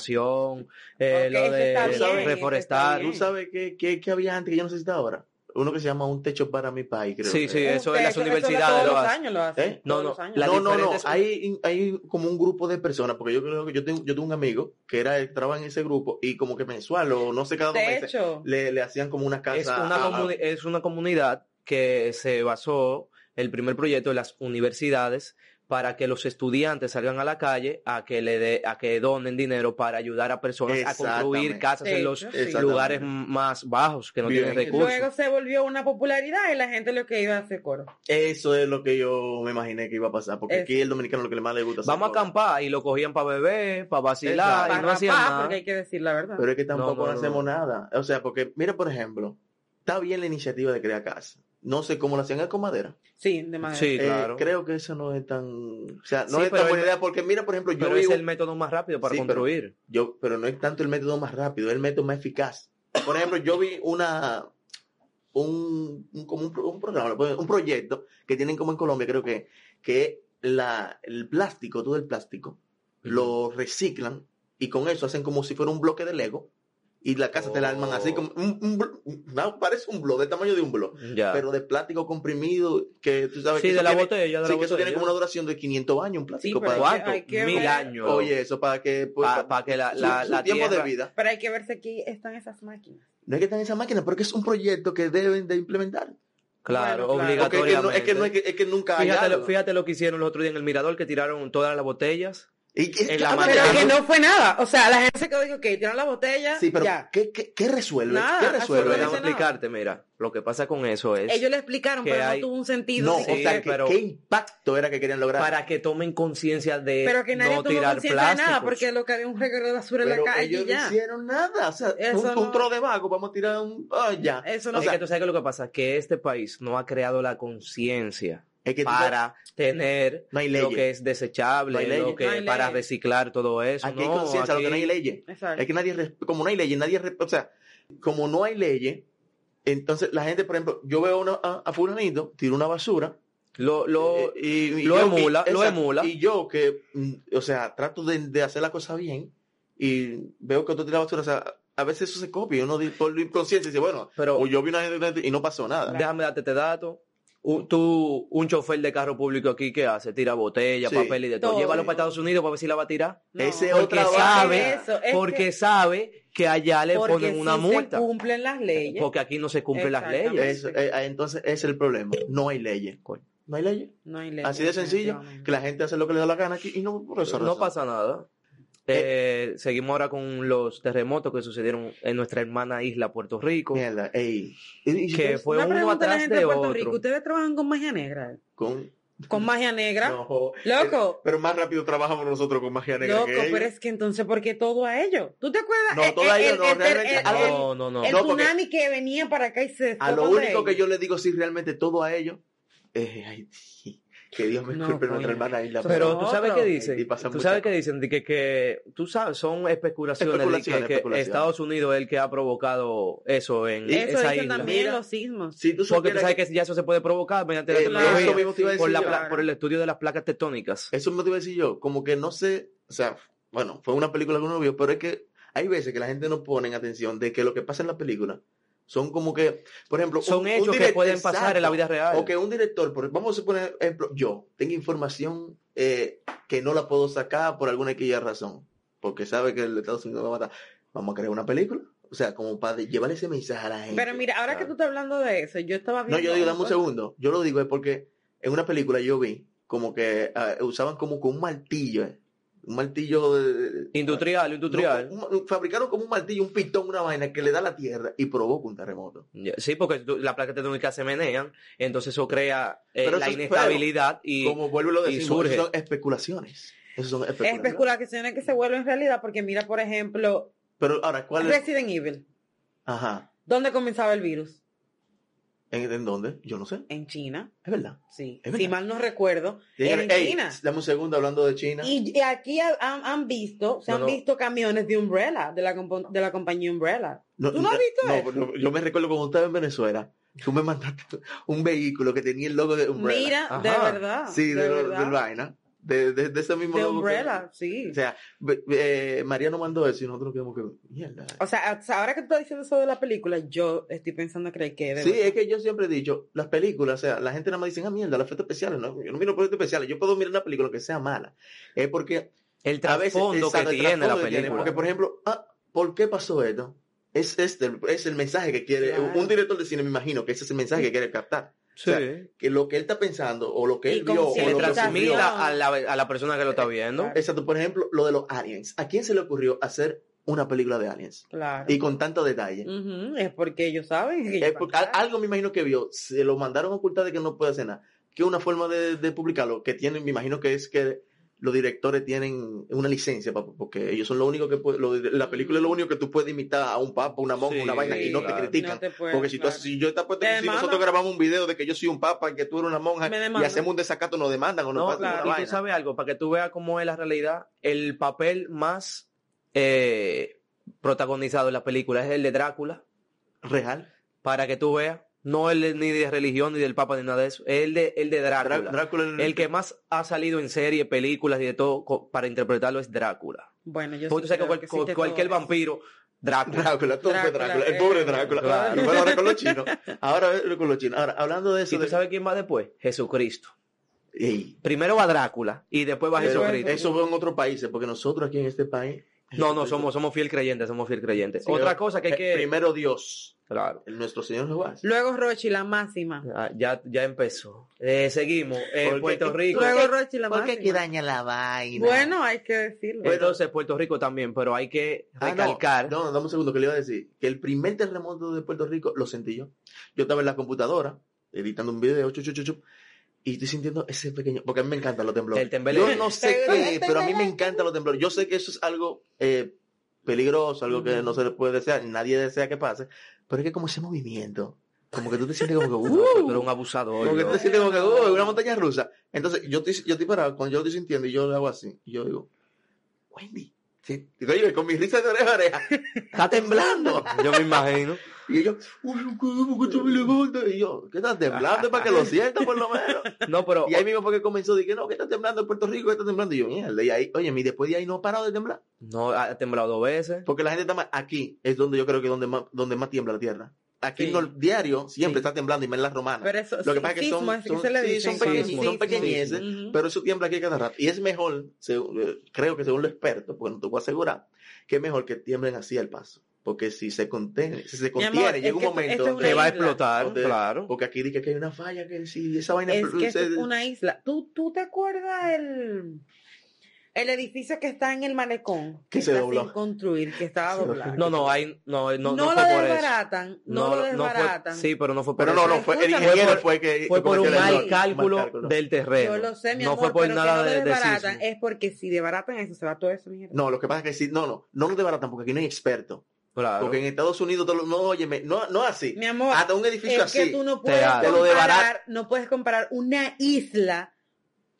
Speaker 1: contaminación, eh,
Speaker 3: Ok,
Speaker 1: lo
Speaker 3: eso está
Speaker 1: de
Speaker 2: bien, eso está
Speaker 1: reforestar.
Speaker 3: bien.
Speaker 2: Ah, ¿Tú sabes qué, qué, qué había antes que yo no sé si está ahora? Uno que se llama Un Techo para mi país, creo.
Speaker 1: Sí,
Speaker 2: que
Speaker 1: sí,
Speaker 2: era.
Speaker 1: eso en las
Speaker 3: lo-
Speaker 1: universidades
Speaker 3: todos
Speaker 1: lo
Speaker 3: los
Speaker 1: hacen.
Speaker 3: años lo hacen.
Speaker 2: ¿Eh?
Speaker 1: No,
Speaker 3: todos
Speaker 1: no,
Speaker 3: los años.
Speaker 1: la-
Speaker 2: no, no, no.
Speaker 1: diferentes-
Speaker 2: Hay, hay como un grupo de personas, porque yo creo que yo tengo, yo tengo un amigo que era, entraba en ese grupo y como que mensual o no sé cada dos
Speaker 3: de
Speaker 2: meses
Speaker 3: hecho,
Speaker 2: le, le hacían como una casa.
Speaker 1: Es una,
Speaker 2: a- a-
Speaker 1: comuni- es una comunidad que se basó el primer proyecto de las universidades para que los estudiantes salgan a la calle a que le dé a que donen dinero para ayudar a personas a construir
Speaker 2: Exactamente.
Speaker 1: casas
Speaker 3: De
Speaker 1: en los
Speaker 3: hecho, sí.
Speaker 2: Exactamente.
Speaker 1: lugares más bajos que no
Speaker 2: Bien.
Speaker 1: tienen recursos.
Speaker 3: luego se volvió una popularidad y la gente lo que iba a hacer coro.
Speaker 2: Eso es lo que yo me imaginé que iba a pasar, porque
Speaker 3: Es-
Speaker 2: aquí el dominicano lo que le más le gusta es
Speaker 1: Vamos a
Speaker 2: hacer cosas.
Speaker 1: acampar y lo cogían para beber, para vacilar
Speaker 2: Exacto.
Speaker 1: Ah, y
Speaker 3: Para
Speaker 1: no hacían
Speaker 3: rapar, porque
Speaker 1: nada.
Speaker 3: hay que decir la verdad.
Speaker 2: Pero es que tampoco
Speaker 1: No, no, no.
Speaker 2: hacemos nada. O sea, porque, mira, por ejemplo, está bien la iniciativa de crear casa. No sé cómo la hacían en Comadera.
Speaker 3: Sí, de manera.
Speaker 1: Sí,
Speaker 2: Eh,
Speaker 1: claro.
Speaker 2: Creo que eso no es tan. O sea, no
Speaker 1: Sí,
Speaker 2: es
Speaker 1: pero
Speaker 2: tan buena
Speaker 1: el-
Speaker 2: idea, porque, mira, por ejemplo, yo
Speaker 1: Pero es
Speaker 2: vivo.
Speaker 1: el método más rápido para
Speaker 2: Sí, pero-
Speaker 1: construir.
Speaker 2: yo, pero no es tanto el método más rápido, es el método más eficaz. Por ejemplo, yo vi una un, un- como un, pro- un programa, pues, un proyecto que tienen como en Colombia, creo que, que la, el plástico, todo el plástico, lo reciclan y con eso hacen como si fuera un bloque de Lego y la casa te la arman así, como un, un blo- no, parece un blog, del tamaño de un blog,
Speaker 1: Ya.
Speaker 2: pero de plástico comprimido que tú sabes
Speaker 1: sí,
Speaker 2: que,
Speaker 1: de
Speaker 2: eso
Speaker 1: la
Speaker 2: tiene,
Speaker 1: botella, de
Speaker 2: sí,
Speaker 1: la
Speaker 2: que eso tiene
Speaker 1: botella.
Speaker 2: como una duración de 500 años, un plástico
Speaker 3: pero
Speaker 2: para...
Speaker 3: hay
Speaker 1: ¿Cuánto?
Speaker 3: que- hay que
Speaker 1: Mil
Speaker 3: ver-
Speaker 1: años.
Speaker 2: Oye, eso para que... pues,
Speaker 1: para que la,
Speaker 2: su-
Speaker 1: la,
Speaker 2: su
Speaker 1: la
Speaker 2: tiempo de
Speaker 1: tierra-
Speaker 2: vida.
Speaker 3: Pero hay que verse aquí están esas máquinas.
Speaker 2: No es que están esa máquina, pero que es un proyecto que deben de implementar.
Speaker 1: Claro,
Speaker 3: Bueno, claro.
Speaker 2: Porque es que, no, es, que no- es
Speaker 1: obligatoriamente.
Speaker 2: que- es que nunca hay
Speaker 1: Fíjate lo,
Speaker 2: algo.
Speaker 1: fíjate lo que hicieron los otros días en el mirador, que tiraron todas las botellas.
Speaker 2: Y que-
Speaker 1: en la
Speaker 2: ah,
Speaker 1: manera-
Speaker 3: Pero
Speaker 2: pero-
Speaker 3: que no fue nada. O sea, la gente se quedó dijo, ok, tiraron la botella.
Speaker 2: Sí, pero
Speaker 3: ya.
Speaker 2: ¿qué, qué, qué resuelve?
Speaker 3: Nada,
Speaker 2: ¿Qué
Speaker 1: Pero
Speaker 2: resuelve?
Speaker 3: absolutamente
Speaker 1: déjame
Speaker 3: dice nada.
Speaker 1: explicarte, mira, lo que pasa con eso es
Speaker 3: Ellos le explicaron,
Speaker 1: que
Speaker 3: pero
Speaker 1: hay-
Speaker 3: no tuvo un sentido.
Speaker 2: No,
Speaker 3: así
Speaker 2: o
Speaker 1: Sí,
Speaker 3: que-
Speaker 2: sea, ¿qué,
Speaker 1: pero-
Speaker 2: qué impacto era que querían lograr?
Speaker 1: para que tomen conciencia de
Speaker 3: pero que nadie
Speaker 1: no
Speaker 3: tomó
Speaker 1: tirar
Speaker 3: conciencia de
Speaker 1: plásticos.
Speaker 3: nada, porque lo que había un reguero de basura en
Speaker 2: pero
Speaker 3: la calle
Speaker 2: ellos
Speaker 3: y ya.
Speaker 2: no hicieron nada. O sea,
Speaker 3: Eso
Speaker 2: un, un
Speaker 3: no.
Speaker 2: tro de vago, vamos a tirar un... ah, ya.
Speaker 3: Eso no
Speaker 1: Es
Speaker 2: o sea,
Speaker 1: que tú sabes que lo que pasa que este país no ha creado la conciencia
Speaker 2: Es que tú
Speaker 1: para tener
Speaker 2: no hay
Speaker 1: lo
Speaker 2: leyes.
Speaker 1: que es
Speaker 2: No hay
Speaker 1: desechable,
Speaker 2: leyes.
Speaker 1: lo que
Speaker 3: No hay
Speaker 1: para
Speaker 3: leyes.
Speaker 1: reciclar todo eso.
Speaker 2: Aquí hay
Speaker 1: No,
Speaker 2: conciencia, lo que no hay
Speaker 1: aquí-
Speaker 2: leyes.
Speaker 3: Exacto.
Speaker 2: Es que nadie, res- como no hay leyes, nadie, res- o sea, como no hay leyes, entonces la gente, por ejemplo, yo veo una- a, a fulanito, tiro una basura,
Speaker 1: lo, lo-
Speaker 2: Eh, y- y
Speaker 1: lo
Speaker 2: yo-
Speaker 1: emula,
Speaker 2: y-
Speaker 1: lo
Speaker 2: exacto,
Speaker 1: emula.
Speaker 2: Y yo que, mm, o sea, trato de, de hacer la cosa bien y veo que otro tira basura, o sea, a veces eso se copia y uno di- por lo inconsciente dice, bueno,
Speaker 1: pero
Speaker 2: o yo vi una gente y no pasó nada.
Speaker 1: déjame darte este dato. Un, tú, un chofer de carro público aquí, ¿qué hace? Tira botella,
Speaker 2: Sí.
Speaker 1: papel y de todo.
Speaker 3: Todo.
Speaker 1: Llévalo para Estados Unidos para ver si la va a tirar.
Speaker 3: No.
Speaker 2: Ese
Speaker 1: Porque
Speaker 2: otra
Speaker 1: sabe,
Speaker 2: vaina.
Speaker 3: Eso, es
Speaker 1: porque
Speaker 3: que-
Speaker 1: sabe que allá le
Speaker 3: porque
Speaker 1: ponen una
Speaker 3: sí
Speaker 1: multa. Eh,
Speaker 3: Se cumplen las leyes.
Speaker 1: Porque aquí no se cumplen las
Speaker 3: Exactamente.
Speaker 1: leyes.
Speaker 2: Eso, eh, eh, entonces ese es el problema, no hay leyes.
Speaker 1: Coño.
Speaker 2: No hay leyes.
Speaker 3: No hay leyes.
Speaker 2: Así de sencillo, que
Speaker 3: definitivamente.
Speaker 2: la gente hace lo que le da la gana aquí y no por eso
Speaker 1: No pasa nada. Eh, seguimos ahora con los terremotos que sucedieron en nuestra hermana isla Puerto Rico.
Speaker 2: Mierda, ey. Y- y si
Speaker 1: Que
Speaker 2: ustedes
Speaker 1: fue
Speaker 3: Una
Speaker 1: uno
Speaker 3: pregunta a la
Speaker 1: atrás
Speaker 3: gente
Speaker 1: de
Speaker 3: Puerto
Speaker 1: otro.
Speaker 3: Rico. ¿Ustedes trabajan con magia negra?
Speaker 2: con-
Speaker 3: ¿Con magia negra?
Speaker 2: No.
Speaker 3: Loco.
Speaker 2: Eh, Pero más rápido trabajamos nosotros con magia negra
Speaker 3: Loco,
Speaker 2: que ellos.
Speaker 3: pero es que entonces, ¿por qué todo a ellos? ¿Tú te acuerdas?
Speaker 2: No,
Speaker 3: El-
Speaker 2: todo a ellos
Speaker 3: el-
Speaker 2: no,
Speaker 3: el-
Speaker 2: realmente
Speaker 3: el-
Speaker 2: algo-
Speaker 3: el-
Speaker 1: No, no, no.
Speaker 3: El
Speaker 2: No, porque-
Speaker 3: tsunami que venía para acá y se
Speaker 2: A lo
Speaker 3: escapó de
Speaker 2: único que
Speaker 3: ellos.
Speaker 2: yo le digo, sí, realmente todo a ellos, eh, ay, sí, que Dios me
Speaker 3: No,
Speaker 2: culpe nuestra
Speaker 3: coño.
Speaker 2: hermana isla.
Speaker 1: Pero tú sabes
Speaker 3: Otro.
Speaker 1: qué dicen.
Speaker 2: Y pasan
Speaker 1: Tú
Speaker 2: muchas
Speaker 1: sabes qué
Speaker 2: cosas.
Speaker 1: dicen. de Que, que- tú sabes, son especulaciones, de que-
Speaker 2: Especulaciones,
Speaker 1: que,
Speaker 2: especulaciones.
Speaker 1: Estados Unidos es el que ha provocado eso en
Speaker 2: Y-
Speaker 3: Eso
Speaker 1: esa
Speaker 3: dicen
Speaker 1: isla.
Speaker 3: también
Speaker 2: Mira.
Speaker 3: los sismos.
Speaker 2: si tú
Speaker 1: Porque tú
Speaker 2: supieras
Speaker 1: sabes que ya eso se puede provocar mediante la
Speaker 2: eh,
Speaker 1: tecnología,
Speaker 2: eso mismo Eh, te iba a decir
Speaker 1: por, la
Speaker 2: yo.
Speaker 1: pla-
Speaker 3: claro.
Speaker 1: por el estudio de las placas tectónicas.
Speaker 2: Eso me te iba a decir yo, como que no sé, o sea, bueno, fue una película que uno vio, pero es que hay veces que la gente no pone en atención de que lo que pasa en la película son como que, por ejemplo, un-
Speaker 1: Son
Speaker 2: un
Speaker 1: hechos que
Speaker 2: director-
Speaker 1: pueden pasar en la
Speaker 2: exacto.
Speaker 1: vida real.
Speaker 2: O que un director, por- vamos a suponer, por ejemplo, yo tengo información eh, que no la puedo sacar por alguna equilla razón, porque sabe que el Estados Unidos me va a matar. Vamos a crear una película, o sea, como para de- llevar ese mensaje a la gente.
Speaker 3: Pero mira, ahora que
Speaker 1: Claro.
Speaker 3: tú estás hablando de eso, yo estaba viendo.
Speaker 2: no, yo digo,
Speaker 3: una
Speaker 2: dame un
Speaker 3: cosa.
Speaker 2: segundo. Yo lo digo es porque en una película yo vi como que ah, usaban como que un martillo, eh, Un martillo de...
Speaker 1: Industrial, industrial.
Speaker 2: No, un- un- fabricaron como un martillo, un pitón, una vaina que le da a la tierra y provoca un terremoto.
Speaker 1: Ya, Sí, porque tú- la placa tectónica se menean, entonces eso crea eh,
Speaker 2: Pero
Speaker 1: la
Speaker 2: eso es-
Speaker 1: inestabilidad y
Speaker 2: como vuelvo a lo
Speaker 1: y
Speaker 2: decimos,
Speaker 1: surge.
Speaker 2: eso son especulaciones. Eso son especulaciones.
Speaker 3: Especulaciones que se vuelven realidad porque mira, por ejemplo,
Speaker 2: Pero ahora, ¿cuál es?
Speaker 3: Resident Evil.
Speaker 2: Ajá.
Speaker 3: ¿Dónde comenzaba el virus?
Speaker 2: ¿En, en dónde? Yo no sé.
Speaker 3: En China,
Speaker 2: Es verdad.
Speaker 3: sí.
Speaker 2: Es verdad.
Speaker 3: Si mal no recuerdo,
Speaker 2: Llegan-
Speaker 3: en
Speaker 2: Ey,
Speaker 3: China.
Speaker 2: dame un segundo hablando de China.
Speaker 3: Y, y aquí ha- han, han visto, se
Speaker 1: No,
Speaker 3: han
Speaker 1: no.
Speaker 3: visto camiones de Umbrella, de la, compo- de la compañía Umbrella. ¿Tú no has visto
Speaker 2: no,
Speaker 3: eso?
Speaker 2: no, yo me recuerdo cuando estaba en Venezuela, tú me mandaste *laughs* un vehículo que tenía el logo de Umbrella.
Speaker 3: Mira,
Speaker 1: Ajá.
Speaker 3: de verdad.
Speaker 2: sí,
Speaker 3: de,
Speaker 2: de, lo-
Speaker 3: verdad.
Speaker 2: del vaina. De, de- de ese mismo
Speaker 3: De
Speaker 2: logo que-
Speaker 3: Umbrella, sí.
Speaker 2: o sea, ve- ve- eh, María no mandó eso y nosotros nos quedamos que. Mierda.
Speaker 3: O sea, a- ahora que tú estás diciendo eso de la película, yo estoy pensando que que de
Speaker 2: Sí, eh,
Speaker 3: verdad.
Speaker 2: es que yo siempre he dicho, las películas, o sea, la gente nada más dice, ah, mierda, las efectos especiales, no, yo no miro efectos especiales, yo puedo mirar una película que sea mala. Es porque
Speaker 1: el
Speaker 2: a veces
Speaker 1: trasfondo que
Speaker 2: exacto, el
Speaker 1: tiene la
Speaker 2: trasfondo que tiene,
Speaker 1: película.
Speaker 2: porque, por ejemplo, ah, ¿por qué pasó esto? Es, este, el- es el mensaje que quiere,
Speaker 3: Claro.
Speaker 2: un director de cine me imagino que ese es el mensaje que quiere captar.
Speaker 1: Sí.
Speaker 2: o Que lo que él está pensando o lo que
Speaker 3: Y
Speaker 2: él vio
Speaker 3: como si
Speaker 2: o
Speaker 1: que
Speaker 3: le
Speaker 2: lo que
Speaker 3: transmita
Speaker 2: ocurrió.
Speaker 1: transmita a la, a la persona que lo está viendo.
Speaker 3: Claro.
Speaker 2: Exacto, por ejemplo, lo de los aliens. ¿A quién se le ocurrió hacer una película de aliens?
Speaker 3: Claro.
Speaker 2: Y con tanto detalle.
Speaker 3: Ujú, Es porque ellos saben que
Speaker 2: Eh,
Speaker 3: ellos
Speaker 2: porque
Speaker 3: van a-
Speaker 2: al- algo me imagino que vio, se lo mandaron a ocultar de que no puede hacer nada. Que una forma de, de publicarlo que tienen, me imagino que es que los directores tienen una licencia, pa- porque ellos son lo único que puede- lo- la película es lo único que tú puedes imitar a un papa, una monja,
Speaker 1: Sí,
Speaker 2: una vaina y no
Speaker 1: claro.
Speaker 2: te critican.
Speaker 3: No te pueden,
Speaker 2: porque si, tú
Speaker 3: claro.
Speaker 2: haces- si yo te apuesto
Speaker 3: Te
Speaker 2: que si nosotros
Speaker 3: demandan.
Speaker 2: grabamos un video de que yo soy un papa y que tú eres una monja
Speaker 3: Me
Speaker 2: y
Speaker 3: demandan.
Speaker 2: hacemos un desacato, nos demandan o nos
Speaker 1: No,
Speaker 2: pasan
Speaker 3: claro.
Speaker 2: una
Speaker 1: Y
Speaker 2: vaina.
Speaker 1: tú sabes algo, para que tú veas cómo es la realidad, el papel más eh, protagonizado en la película es el de Drácula,
Speaker 2: Real.
Speaker 1: para que tú veas, no el de- ni de religión, ni del papa, ni nada de eso, el de, el de
Speaker 2: Drá-
Speaker 1: Drácula.
Speaker 2: Drácula.
Speaker 1: el que más ha salido en serie, películas y de todo co- para interpretarlo es Drácula.
Speaker 3: Bueno, yo
Speaker 1: Porque tú
Speaker 3: sí
Speaker 1: sabes que
Speaker 3: creo
Speaker 1: cual-
Speaker 3: que existe
Speaker 1: cualquier
Speaker 3: todo eso.
Speaker 1: vampiro, Drácula.
Speaker 2: Drácula, todo fue
Speaker 3: Drácula,
Speaker 2: Drácula, el
Speaker 3: eh.
Speaker 2: pobre Drácula.
Speaker 1: Claro.
Speaker 2: Pero ahora con los chinos. Ahora con los chinos. Ahora, hablando de eso.
Speaker 1: ¿Y tú
Speaker 2: de-
Speaker 1: sabes quién va después? Jesucristo.
Speaker 2: Ey,
Speaker 1: Primero va Drácula y después va
Speaker 3: Pero-
Speaker 1: Jesucristo.
Speaker 2: eso fue en otros países, porque nosotros aquí en este país.
Speaker 1: No, no, somos, somos fiel creyentes, somos fiel creyentes.
Speaker 2: Sí,
Speaker 1: Otra
Speaker 2: pero-
Speaker 1: cosa que hay
Speaker 2: Eh,
Speaker 1: que...
Speaker 2: Primero Dios,
Speaker 1: Claro.
Speaker 2: el nuestro Señor Jehová.
Speaker 3: Luego Rochi, la máxima.
Speaker 1: Ah, Ya, ya empezó. Eh, seguimos. Eh,
Speaker 2: Porque-
Speaker 1: Puerto Rico.
Speaker 2: ¿Por
Speaker 3: Luego
Speaker 2: qué-
Speaker 3: Rochi, la máxima.
Speaker 2: daña la vaina?
Speaker 3: Bueno, hay que decirlo.
Speaker 1: Entonces, Puerto Rico también, pero hay que
Speaker 2: Ah, no,
Speaker 1: recalcar.
Speaker 2: No, dame un segundo que le iba a decir. Que el primer terremoto de Puerto Rico lo sentí yo. Yo estaba en la computadora, editando un video, chu, chu, chu, chu, y estoy sintiendo ese pequeño. Porque a mí me encantan los temblores.
Speaker 1: El tembelé.
Speaker 2: Yo no sé
Speaker 3: Pero el
Speaker 2: qué, pero a mí me encantan los temblores. Yo sé que eso es algo eh, peligroso, algo que
Speaker 3: Ujú.
Speaker 2: no se le puede desear, nadie desea que pase. Pero es que como ese movimiento, como que tú te sientes como que.
Speaker 1: No,
Speaker 2: *laughs* "Uh",
Speaker 1: pero tú eres un abusador.
Speaker 2: Como que
Speaker 1: yo.
Speaker 2: tú te sientes como que, "Oh, es una montaña rusa. Entonces, yo estoy, yo estoy parado, cuando yo lo estoy sintiendo, y yo le hago así, y yo digo, Wendy, sí. Digo, oye, con mi risa de oreja a oreja, está temblando.
Speaker 1: *laughs* Yo me imagino.
Speaker 2: Y yo, uy, ¿por qué tú me levantas? Y yo, ¿qué está temblando? Para que lo sienta, por lo menos.
Speaker 1: No, pero
Speaker 2: Y ahí mismo fue que comenzó, dije, no, que está temblando en Puerto Rico, que está temblando. Y yo, mierda, y ahí, oye, mi después de ahí no ha parado de temblar.
Speaker 1: no ha temblado dos veces.
Speaker 2: Porque la gente está más, aquí es donde yo creo que donde más, donde más tiembla la tierra. Aquí
Speaker 3: Sí.
Speaker 2: no, diario siempre
Speaker 3: Sí.
Speaker 2: está temblando y más en las romanas.
Speaker 3: Pero eso,
Speaker 2: Lo que pasa es que son,
Speaker 3: sismo, es que
Speaker 2: son-
Speaker 3: se le
Speaker 2: sí,
Speaker 3: dice
Speaker 2: son,
Speaker 1: cuando-
Speaker 2: pequeñi- son
Speaker 1: sismo.
Speaker 2: pequeñeces,
Speaker 3: Ujú.
Speaker 2: pero eso tiembla aquí cada rato. Y es mejor, según- eh, creo que según los expertos, porque no te puedo asegurar, que es mejor que tiemblen así al paso. Porque si se contiene, si se
Speaker 3: amor,
Speaker 2: contiene,
Speaker 3: es
Speaker 2: llega un
Speaker 3: que esto-
Speaker 2: momento
Speaker 3: esto es
Speaker 2: donde-
Speaker 1: Que va a
Speaker 3: isla.
Speaker 1: explotar,
Speaker 2: Donde-
Speaker 1: claro.
Speaker 2: Porque aquí dice que hay una falla, que si esa vaina
Speaker 3: Es que
Speaker 2: se-
Speaker 3: es una isla. ¿Tú, tú te acuerdas el, el edificio que está en el malecón?
Speaker 2: Que se
Speaker 3: está
Speaker 2: dobló.
Speaker 3: sin construir, que estaba
Speaker 2: Se dobló.
Speaker 3: doblado.
Speaker 1: No, no, hay, no, no,
Speaker 3: No,
Speaker 1: no
Speaker 3: lo
Speaker 1: fue por eso.
Speaker 3: desbaratan, no, lo desbaratan.
Speaker 1: fue, sí, pero no fue por
Speaker 2: Pero no,
Speaker 1: eso.
Speaker 2: no, fue el
Speaker 3: Escúchame.
Speaker 2: ingeniero
Speaker 1: Fue por-
Speaker 2: fue que
Speaker 1: Fue
Speaker 2: que
Speaker 1: por
Speaker 2: cometió
Speaker 1: un
Speaker 2: el error.
Speaker 1: mal
Speaker 3: error.
Speaker 1: cálculo del terreno.
Speaker 3: Yo lo sé, mi
Speaker 1: no
Speaker 3: amor,
Speaker 1: fue por
Speaker 3: pero
Speaker 1: nada
Speaker 3: que no
Speaker 1: de,
Speaker 3: lo
Speaker 1: de
Speaker 3: desbaratan
Speaker 1: sismo.
Speaker 3: es porque si desbaratan eso, se va toda esa mierda.
Speaker 2: No, lo que pasa es que sí, no, no, no nos desbaratan porque aquí no hay expertos.
Speaker 1: Claro.
Speaker 2: Porque en Estados Unidos, todo lo- no, óyeme, no, no así.
Speaker 3: Mi amor,
Speaker 2: Hasta un edificio
Speaker 3: es que
Speaker 2: Ah, así.
Speaker 3: tú no
Speaker 1: Te
Speaker 3: puedes,
Speaker 1: da-
Speaker 2: te lo
Speaker 3: comparar,
Speaker 2: desbarata.
Speaker 3: no puedes comparar una isla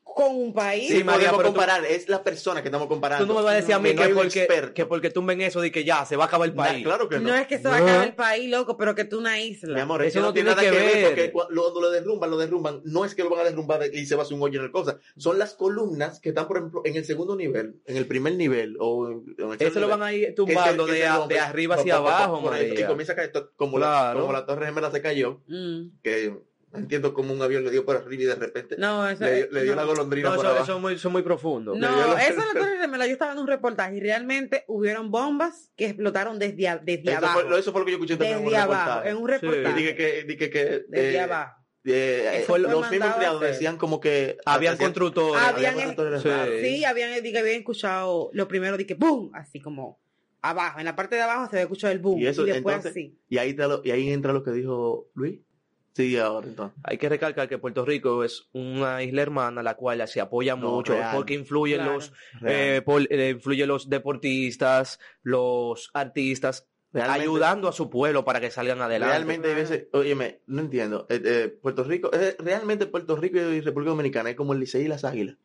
Speaker 3: con un país.
Speaker 2: Sí,
Speaker 1: Sí, María,
Speaker 2: podemos
Speaker 1: pero tú-
Speaker 2: comparar, es la persona que estamos comparando.
Speaker 1: Tú no me vas a decir a mí
Speaker 2: no
Speaker 1: que,
Speaker 2: hay un
Speaker 1: porque,
Speaker 2: experto.
Speaker 1: que porque tumben eso de que ya se va a acabar el
Speaker 2: Na-
Speaker 1: país.
Speaker 2: claro que
Speaker 3: no.
Speaker 2: no.
Speaker 3: es que se va a
Speaker 1: No.
Speaker 3: acabar el país, loco, pero que tú una
Speaker 2: Mi
Speaker 3: isla.
Speaker 2: amor,
Speaker 1: Eso
Speaker 2: eso
Speaker 1: no
Speaker 2: no tiene nada
Speaker 1: tiene
Speaker 2: que
Speaker 1: que
Speaker 2: ver,
Speaker 1: ver.
Speaker 2: porque cua- lo- cuando lo derrumban, lo derrumban, no es que lo van a derrumbar y se va a hacer un hoyo en el cosa. Son las columnas que están, por ejemplo, en el segundo nivel, en el primer nivel o en en el
Speaker 1: Eso lo van a ir tumbando de, a- de arriba hacia abajo,
Speaker 2: Y
Speaker 1: María.
Speaker 2: comienza a caer, to- como,
Speaker 1: Claro.
Speaker 2: la, como la torre gemela se cayó,
Speaker 3: Mm.
Speaker 2: que no entiendo cómo un avión le dio por arriba y de repente
Speaker 3: No, eso,
Speaker 2: le, dio- le dio
Speaker 3: no.
Speaker 2: la golondrina
Speaker 1: No,
Speaker 2: por
Speaker 1: eso,
Speaker 2: abajo.
Speaker 1: eso es muy, eso es muy profundo.
Speaker 2: Le dio
Speaker 3: No,
Speaker 2: la- *laughs*
Speaker 3: eso no Torre Gemela. Yo estaba en un reportaje y realmente hubieron bombas que explotaron desde, a- desde
Speaker 2: Eso
Speaker 3: abajo.
Speaker 2: fue, eso fue lo que yo escuché también en un
Speaker 3: desde abajo,
Speaker 2: reportaje.
Speaker 3: en un
Speaker 1: Sí.
Speaker 2: Y
Speaker 3: reportaje.
Speaker 2: dije que, dije que
Speaker 3: desde
Speaker 2: eh,
Speaker 3: abajo.
Speaker 2: eh,
Speaker 3: Eso fue
Speaker 2: los
Speaker 3: mandado
Speaker 2: mismos
Speaker 3: a
Speaker 2: empleados
Speaker 3: hacer.
Speaker 2: decían como que
Speaker 1: Habían
Speaker 2: hacían-
Speaker 1: constructores.
Speaker 2: había
Speaker 3: Habían-
Speaker 2: constructores
Speaker 1: Sí.
Speaker 2: raros.
Speaker 3: Sí, habían, di que habían escuchado lo primero de que ¡boom! Así como abajo. En la parte de abajo se había escuchado el boom.
Speaker 2: Y
Speaker 3: Y,
Speaker 2: eso,
Speaker 3: después
Speaker 2: entonces-
Speaker 3: así.
Speaker 2: Y ahí, está lo- y ahí entra lo que dijo Luis. Sí, ahora entonces.
Speaker 1: Hay que recalcar que Puerto Rico es una isla hermana la cual se apoya
Speaker 2: No,
Speaker 1: mucho
Speaker 2: real.
Speaker 1: porque influyen
Speaker 3: Claro.
Speaker 1: los
Speaker 2: Real-
Speaker 1: eh, pol- eh, influyen los deportistas, los artistas,
Speaker 2: realmente-
Speaker 1: ayudando a su pueblo para que salgan adelante.
Speaker 2: Realmente hay veces, óyeme, no entiendo. Eh, eh, Puerto Rico, eh, realmente Puerto Rico y República Dominicana es como el Licey y las Águilas.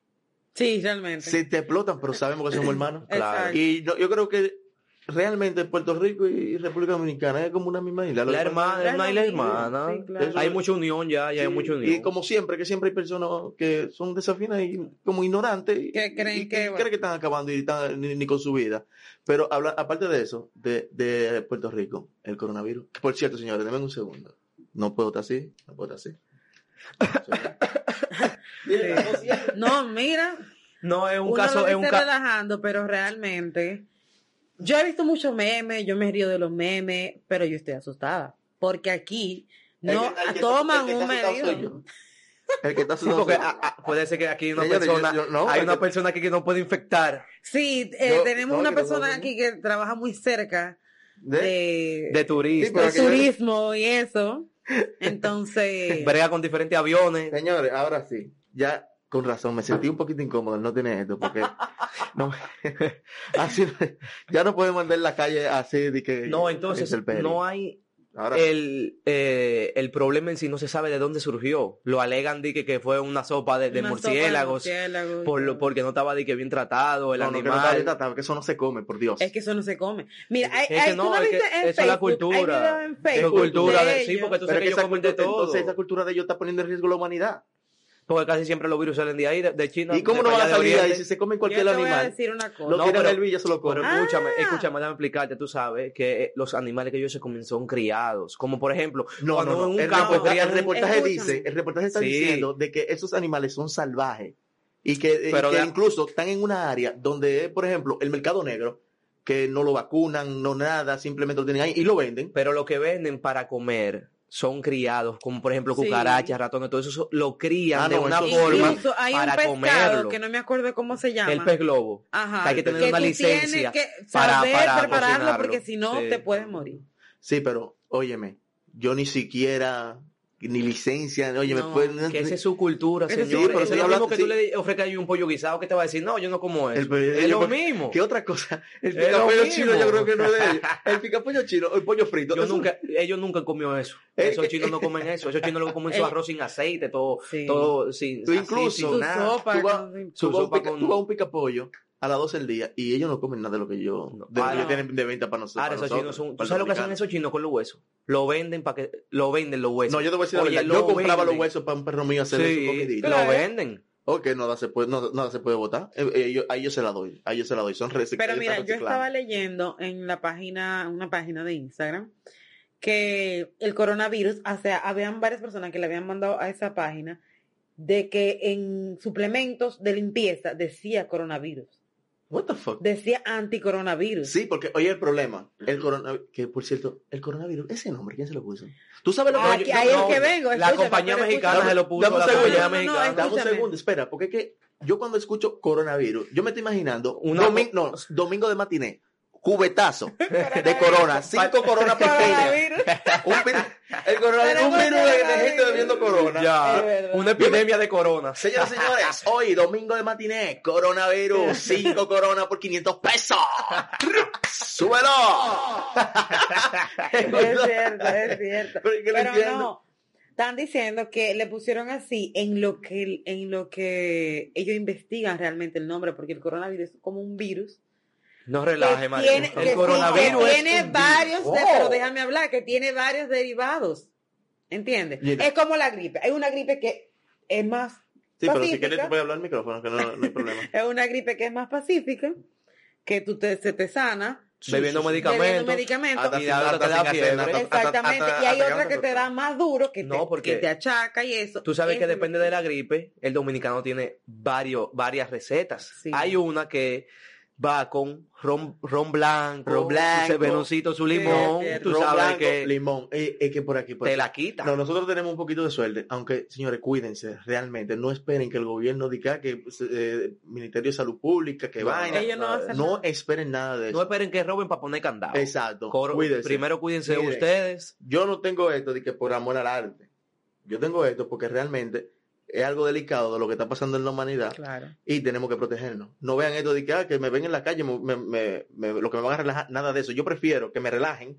Speaker 3: Sí, realmente.
Speaker 2: Se te explotan, pero sabemos que somos hermanos.
Speaker 1: claro.
Speaker 2: Y no- yo creo que realmente Puerto Rico y República Dominicana es como una misma isla. Lo
Speaker 1: La
Speaker 2: que pasa
Speaker 1: hermana,
Speaker 3: es
Speaker 1: es una
Speaker 3: lo
Speaker 1: isla
Speaker 3: mismo,
Speaker 1: hermana.
Speaker 3: sí, claro.
Speaker 1: Hay mucha unión ya, ya hay
Speaker 2: Sí,
Speaker 1: mucha unión.
Speaker 2: Y como siempre, que siempre hay personas que son desafinas y como ignorantes y,
Speaker 3: Que creen
Speaker 2: y- y
Speaker 3: que, bueno.
Speaker 2: creen que están acabando y están ni, ni con su vida. Pero habla- aparte de eso, de, de Puerto Rico, el coronavirus. Que, Por cierto, señores, denme un segundo. No puedo estar así, no puedo
Speaker 3: *laughs*
Speaker 2: estar así. Miren, la cosa-
Speaker 3: No,
Speaker 2: *laughs*
Speaker 3: mira.
Speaker 1: No, es un
Speaker 3: uno
Speaker 1: caso,
Speaker 3: lo
Speaker 1: es un
Speaker 3: dice
Speaker 1: caso.
Speaker 3: relajando, pero realmente. Yo he visto muchos memes, yo me río de los memes, pero yo estoy asustada. Porque aquí no
Speaker 2: el que- el que-
Speaker 3: toman
Speaker 2: el que está
Speaker 3: un
Speaker 2: asustado soy
Speaker 3: medio.
Speaker 2: yo. El que está
Speaker 1: Sí,
Speaker 2: asustado
Speaker 1: porque
Speaker 2: soy yo.
Speaker 1: ah, ah, puede ser que aquí hay una
Speaker 2: Señores, yo-
Speaker 1: persona,
Speaker 2: yo- no,
Speaker 1: hay
Speaker 2: el
Speaker 1: una
Speaker 2: que-
Speaker 1: persona aquí que no puede infectar
Speaker 3: Sí, eh,
Speaker 2: Yo-
Speaker 3: tenemos
Speaker 2: no, yo
Speaker 3: una
Speaker 2: no
Speaker 3: persona
Speaker 2: tengo.
Speaker 3: aquí que trabaja muy cerca
Speaker 2: ¿De?
Speaker 3: de-
Speaker 1: de turistas.
Speaker 2: pero
Speaker 3: del
Speaker 2: aquí-
Speaker 3: turismo y eso.
Speaker 2: *laughs*
Speaker 3: Entonces,
Speaker 1: Brega con diferentes aviones.
Speaker 2: Señores, ahora sí. Ya con razón, me sentí un poquito incómodo al no tener esto,
Speaker 1: *laughs*
Speaker 2: porque no, *laughs* así, ya no podemos andar en la calle así de que
Speaker 1: No, entonces no hay
Speaker 2: Ahora,
Speaker 1: el, eh, el problema en sí no se sabe de dónde surgió. Lo alegan de que, que fue una sopa de, de
Speaker 3: una sopa
Speaker 1: murciélagos,
Speaker 3: murciélagos y
Speaker 1: por lo,
Speaker 3: todo.
Speaker 1: porque no estaba de que bien tratado el
Speaker 2: no, no, que no está bien
Speaker 1: animal.
Speaker 2: tratado, que eso no se come, por Dios.
Speaker 3: Es que eso no se come. Mira,
Speaker 1: Es
Speaker 3: hay,
Speaker 1: que
Speaker 3: hay-
Speaker 1: no,
Speaker 3: tú no
Speaker 1: es
Speaker 3: viste
Speaker 1: que eso
Speaker 3: en
Speaker 1: es la
Speaker 3: Facebook, hay
Speaker 1: cultura.
Speaker 3: videos en Facebook
Speaker 1: cultura de- sí,
Speaker 3: ellos.
Speaker 1: porque tú sabes que ellos
Speaker 2: esa
Speaker 1: comen de
Speaker 2: cultu-
Speaker 1: todo.
Speaker 2: Entonces esa cultura de ellos está poniendo en riesgo la humanidad.
Speaker 1: Porque casi siempre los virus salen de ahí, de- de China.
Speaker 2: ¿Y cómo
Speaker 1: de
Speaker 2: no van
Speaker 1: allá
Speaker 2: a
Speaker 1: de
Speaker 2: salir de ahí
Speaker 1: Oriente.
Speaker 2: si se comen
Speaker 3: Yo
Speaker 2: cualquier
Speaker 3: te voy a
Speaker 2: animal?
Speaker 3: decir una cosa.
Speaker 2: Lo
Speaker 1: No,
Speaker 2: quieren
Speaker 1: pero-
Speaker 2: hervir y se lo
Speaker 1: Pero
Speaker 2: comen.
Speaker 1: escúchame,
Speaker 3: Ah.
Speaker 1: escúchame, déjame explicarte. Tú sabes que los animales que ellos se comen son criados. Como por ejemplo,
Speaker 2: No,
Speaker 1: cuando
Speaker 2: no, no.
Speaker 1: en un
Speaker 2: El,
Speaker 1: campo
Speaker 2: reportaje,
Speaker 1: crían
Speaker 2: el
Speaker 1: un-
Speaker 2: reportaje
Speaker 3: Escúchame.
Speaker 2: dice, el reportaje está
Speaker 1: Sí.
Speaker 2: diciendo de que esos animales son salvajes y que, y
Speaker 1: Pero
Speaker 2: que
Speaker 1: la-
Speaker 2: incluso están en una área donde, por ejemplo, el mercado negro, que no lo vacunan, no nada, simplemente lo tienen ahí y lo venden.
Speaker 1: pero lo que venden para comer son criados, como por ejemplo
Speaker 3: Sí.
Speaker 1: cucarachas, ratones, todo eso so- lo crían
Speaker 2: Ah,
Speaker 1: de
Speaker 2: no,
Speaker 1: una
Speaker 2: eso sí.
Speaker 1: forma
Speaker 3: Incluso hay un
Speaker 1: para
Speaker 3: pescado
Speaker 1: comerlo.
Speaker 3: que no me acuerdo cómo se llama.
Speaker 1: el pez globo.
Speaker 3: Ajá.
Speaker 1: que hay que tener una
Speaker 3: tú
Speaker 1: licencia
Speaker 3: tienes que
Speaker 1: para-
Speaker 3: saber
Speaker 1: para
Speaker 3: prepararlo
Speaker 1: cocinarlo.
Speaker 3: porque si no
Speaker 1: Sí.
Speaker 3: te puedes morir.
Speaker 2: Sí, pero, óyeme, yo ni siquiera, ni licencia, óyeme,
Speaker 3: No,
Speaker 2: pues, no-
Speaker 1: Que esa es su cultura,
Speaker 3: Eso sí,
Speaker 1: señor.
Speaker 2: pero
Speaker 1: es
Speaker 2: estoy
Speaker 1: lo
Speaker 2: hablando-
Speaker 1: mismo que
Speaker 2: sí.
Speaker 1: tú le ofreces ahí un pollo guisado que te va a decir, no, yo no como eso.
Speaker 2: El pollo-
Speaker 1: es
Speaker 2: yo
Speaker 1: lo
Speaker 2: por-
Speaker 1: mismo.
Speaker 2: ¿Qué otra cosa? *laughs* El
Speaker 1: Es lo
Speaker 2: picapollo
Speaker 1: mismo.
Speaker 2: chino yo creo que no es de
Speaker 1: *laughs*
Speaker 2: ellos. El picapollo chino, el pollo frito.
Speaker 1: Yo
Speaker 2: eso-
Speaker 1: nunca, ellos nunca comió eso.
Speaker 2: Eh,
Speaker 1: Esos chinos no comen eso. Esos chinos lo comen su
Speaker 3: Eh.
Speaker 1: arroz sin aceite, todo,
Speaker 3: Sí.
Speaker 1: todo sin
Speaker 2: Tú
Speaker 1: así,
Speaker 2: incluso-
Speaker 1: sin
Speaker 3: Tu
Speaker 2: nada,
Speaker 3: sopa,
Speaker 2: tú vas-
Speaker 3: no-
Speaker 1: Su
Speaker 2: Tú vas, a un
Speaker 1: sopa
Speaker 2: pica,
Speaker 1: con-
Speaker 2: tú vas a un picapollo a las 12 del día y ellos no comen nada de lo que yo
Speaker 1: No.
Speaker 2: de lo
Speaker 1: Ah,
Speaker 2: que
Speaker 1: no.
Speaker 2: tienen de venta para nosotros.
Speaker 1: Ahora
Speaker 2: para
Speaker 1: esos
Speaker 2: nosotros,
Speaker 1: chinos son, ¿tú
Speaker 2: para
Speaker 1: sabes lo que
Speaker 2: los
Speaker 1: hacen esos chinos con los huesos? Lo venden para que, lo venden los
Speaker 2: dominicanos.
Speaker 1: huesos.
Speaker 2: No, yo te voy a decir la
Speaker 1: Oye,
Speaker 2: verdad.
Speaker 1: lo
Speaker 2: Yo compraba los
Speaker 1: venden.
Speaker 2: huesos para un perro mío hacerle su
Speaker 1: Sí,
Speaker 2: comidita.
Speaker 1: lo
Speaker 3: Claro.
Speaker 1: venden.
Speaker 2: Ok, nada se puede, no, nada se puede votar. Eh, eh, yo- ahí yo se la doy. Ahí yo se la doy. Son recic-
Speaker 3: Pero
Speaker 2: están
Speaker 3: mira, yo
Speaker 2: reciclando.
Speaker 3: estaba leyendo en la página, una página de Instagram, que el coronavirus, o sea, habían varias personas que le habían mandado a esa página de que en suplementos de limpieza decía coronavirus,
Speaker 2: What the fuck?
Speaker 3: decía *laughs* anticoronavirus.
Speaker 2: Sí, porque oye el problema. El coronavirus, que por cierto, el coronavirus, ese nombre, ¿quién se lo puso? ¿Tú sabes lo que
Speaker 3: Ah,
Speaker 2: yo-
Speaker 3: que
Speaker 2: no,
Speaker 3: ahí
Speaker 2: no,
Speaker 3: es que vengo.
Speaker 1: La
Speaker 3: escúchame,
Speaker 1: compañía
Speaker 3: pero
Speaker 1: mexicana
Speaker 3: escúchame.
Speaker 1: se lo puso.
Speaker 2: Dame un
Speaker 1: La
Speaker 2: segundo.
Speaker 1: compañía
Speaker 3: No, no, no,
Speaker 1: mexicana.
Speaker 2: Dame un
Speaker 3: Escúchame.
Speaker 2: segundo, espera, porque es que yo cuando escucho coronavirus, yo me estoy imaginando un
Speaker 1: Una-
Speaker 2: no, domingo de matiné, cubetazo de
Speaker 3: *laughs* Coronavirus.
Speaker 2: corona, cinco coronas pequeñas,
Speaker 3: Coronavirus.
Speaker 2: un virus, el coronavirus, un virus
Speaker 3: Tenemos
Speaker 2: de- de gente
Speaker 3: coronavirus.
Speaker 2: bebiendo corona.
Speaker 3: Es verdad.
Speaker 1: una epidemia de coronas.
Speaker 2: Señoras y señores, hoy domingo de matiné,
Speaker 3: *laughs*
Speaker 2: coronavirus, cinco coronas por 500 pesos.
Speaker 3: *laughs*
Speaker 2: ¡Súbelo!
Speaker 3: Es cierto, es cierto.
Speaker 2: Pero es que lo
Speaker 3: Pero
Speaker 2: entiendo.
Speaker 3: no, están diciendo que le pusieron así en lo que en lo que ellos investigan realmente el nombre, porque el coronavirus es como un virus.
Speaker 1: No
Speaker 3: que
Speaker 1: relaje, María.
Speaker 3: Pues tiene- que sí,
Speaker 1: El coronavirus
Speaker 3: que
Speaker 1: es
Speaker 3: tiene
Speaker 1: un virus.
Speaker 3: varios, de-
Speaker 1: Oh.
Speaker 3: pero déjame hablar, que tiene varios derivados. ¿Entiendes?
Speaker 2: Mira.
Speaker 3: Es como la gripe. Hay una gripe que es más
Speaker 2: Sí, pero si
Speaker 3: Pacífica.
Speaker 2: quieres te puedes hablar al micrófono, que no, no
Speaker 1: *laughs*
Speaker 2: hay problema.
Speaker 3: es una gripe que es más pacífica, que tú te, se te sana,
Speaker 1: Bebiendo
Speaker 2: Sí, sí, sí.
Speaker 1: medicamentos.
Speaker 3: bebiendo medicamentos.
Speaker 1: Hasta- Y la otra te da
Speaker 2: sin café,
Speaker 1: fiebre.
Speaker 2: hasta- hasta-
Speaker 3: Exactamente,
Speaker 2: hasta-
Speaker 3: y hay
Speaker 2: hasta
Speaker 3: otra que te da más duro, que,
Speaker 1: No,
Speaker 3: te,
Speaker 1: porque-
Speaker 3: que te achaca y eso.
Speaker 1: Tú sabes que
Speaker 3: Eso es
Speaker 1: depende
Speaker 3: lo
Speaker 1: de la gripe, el dominicano tiene varios, varias recetas.
Speaker 3: Sí.
Speaker 1: Hay una que va con ron, ron blanco,
Speaker 2: Ron blanco.
Speaker 1: su sevenoncito, su limón,
Speaker 3: Sí, es
Speaker 1: tú
Speaker 2: Ron
Speaker 1: sabes
Speaker 2: blanco,
Speaker 1: que
Speaker 2: Limón. Eh, Es que por aquí. por
Speaker 1: te
Speaker 2: aquí.
Speaker 1: la quita.
Speaker 2: No, nosotros tenemos un poquito de suerte, aunque, señores, cuídense, realmente, no esperen que el gobierno diga que eh, Ministerio de Salud Pública, que
Speaker 1: No,
Speaker 2: vaina,
Speaker 3: Ellos no
Speaker 1: no,
Speaker 3: hacen
Speaker 2: no
Speaker 3: nada.
Speaker 2: esperen nada de
Speaker 1: No
Speaker 2: eso.
Speaker 1: esperen que roben para poner candado.
Speaker 2: Exacto,
Speaker 1: Coro-
Speaker 2: cuídense.
Speaker 1: Primero cuídense
Speaker 2: Cuídense.
Speaker 1: ustedes.
Speaker 2: Yo no tengo esto de que por amor al arte, yo tengo esto porque realmente es algo delicado de lo que está pasando en la humanidad
Speaker 3: Claro.
Speaker 2: y tenemos que protegernos. No vean esto de que, ah, que me ven en la calle, me- me- me- me- lo que me van a relajar, nada de eso. Yo prefiero que me relajen,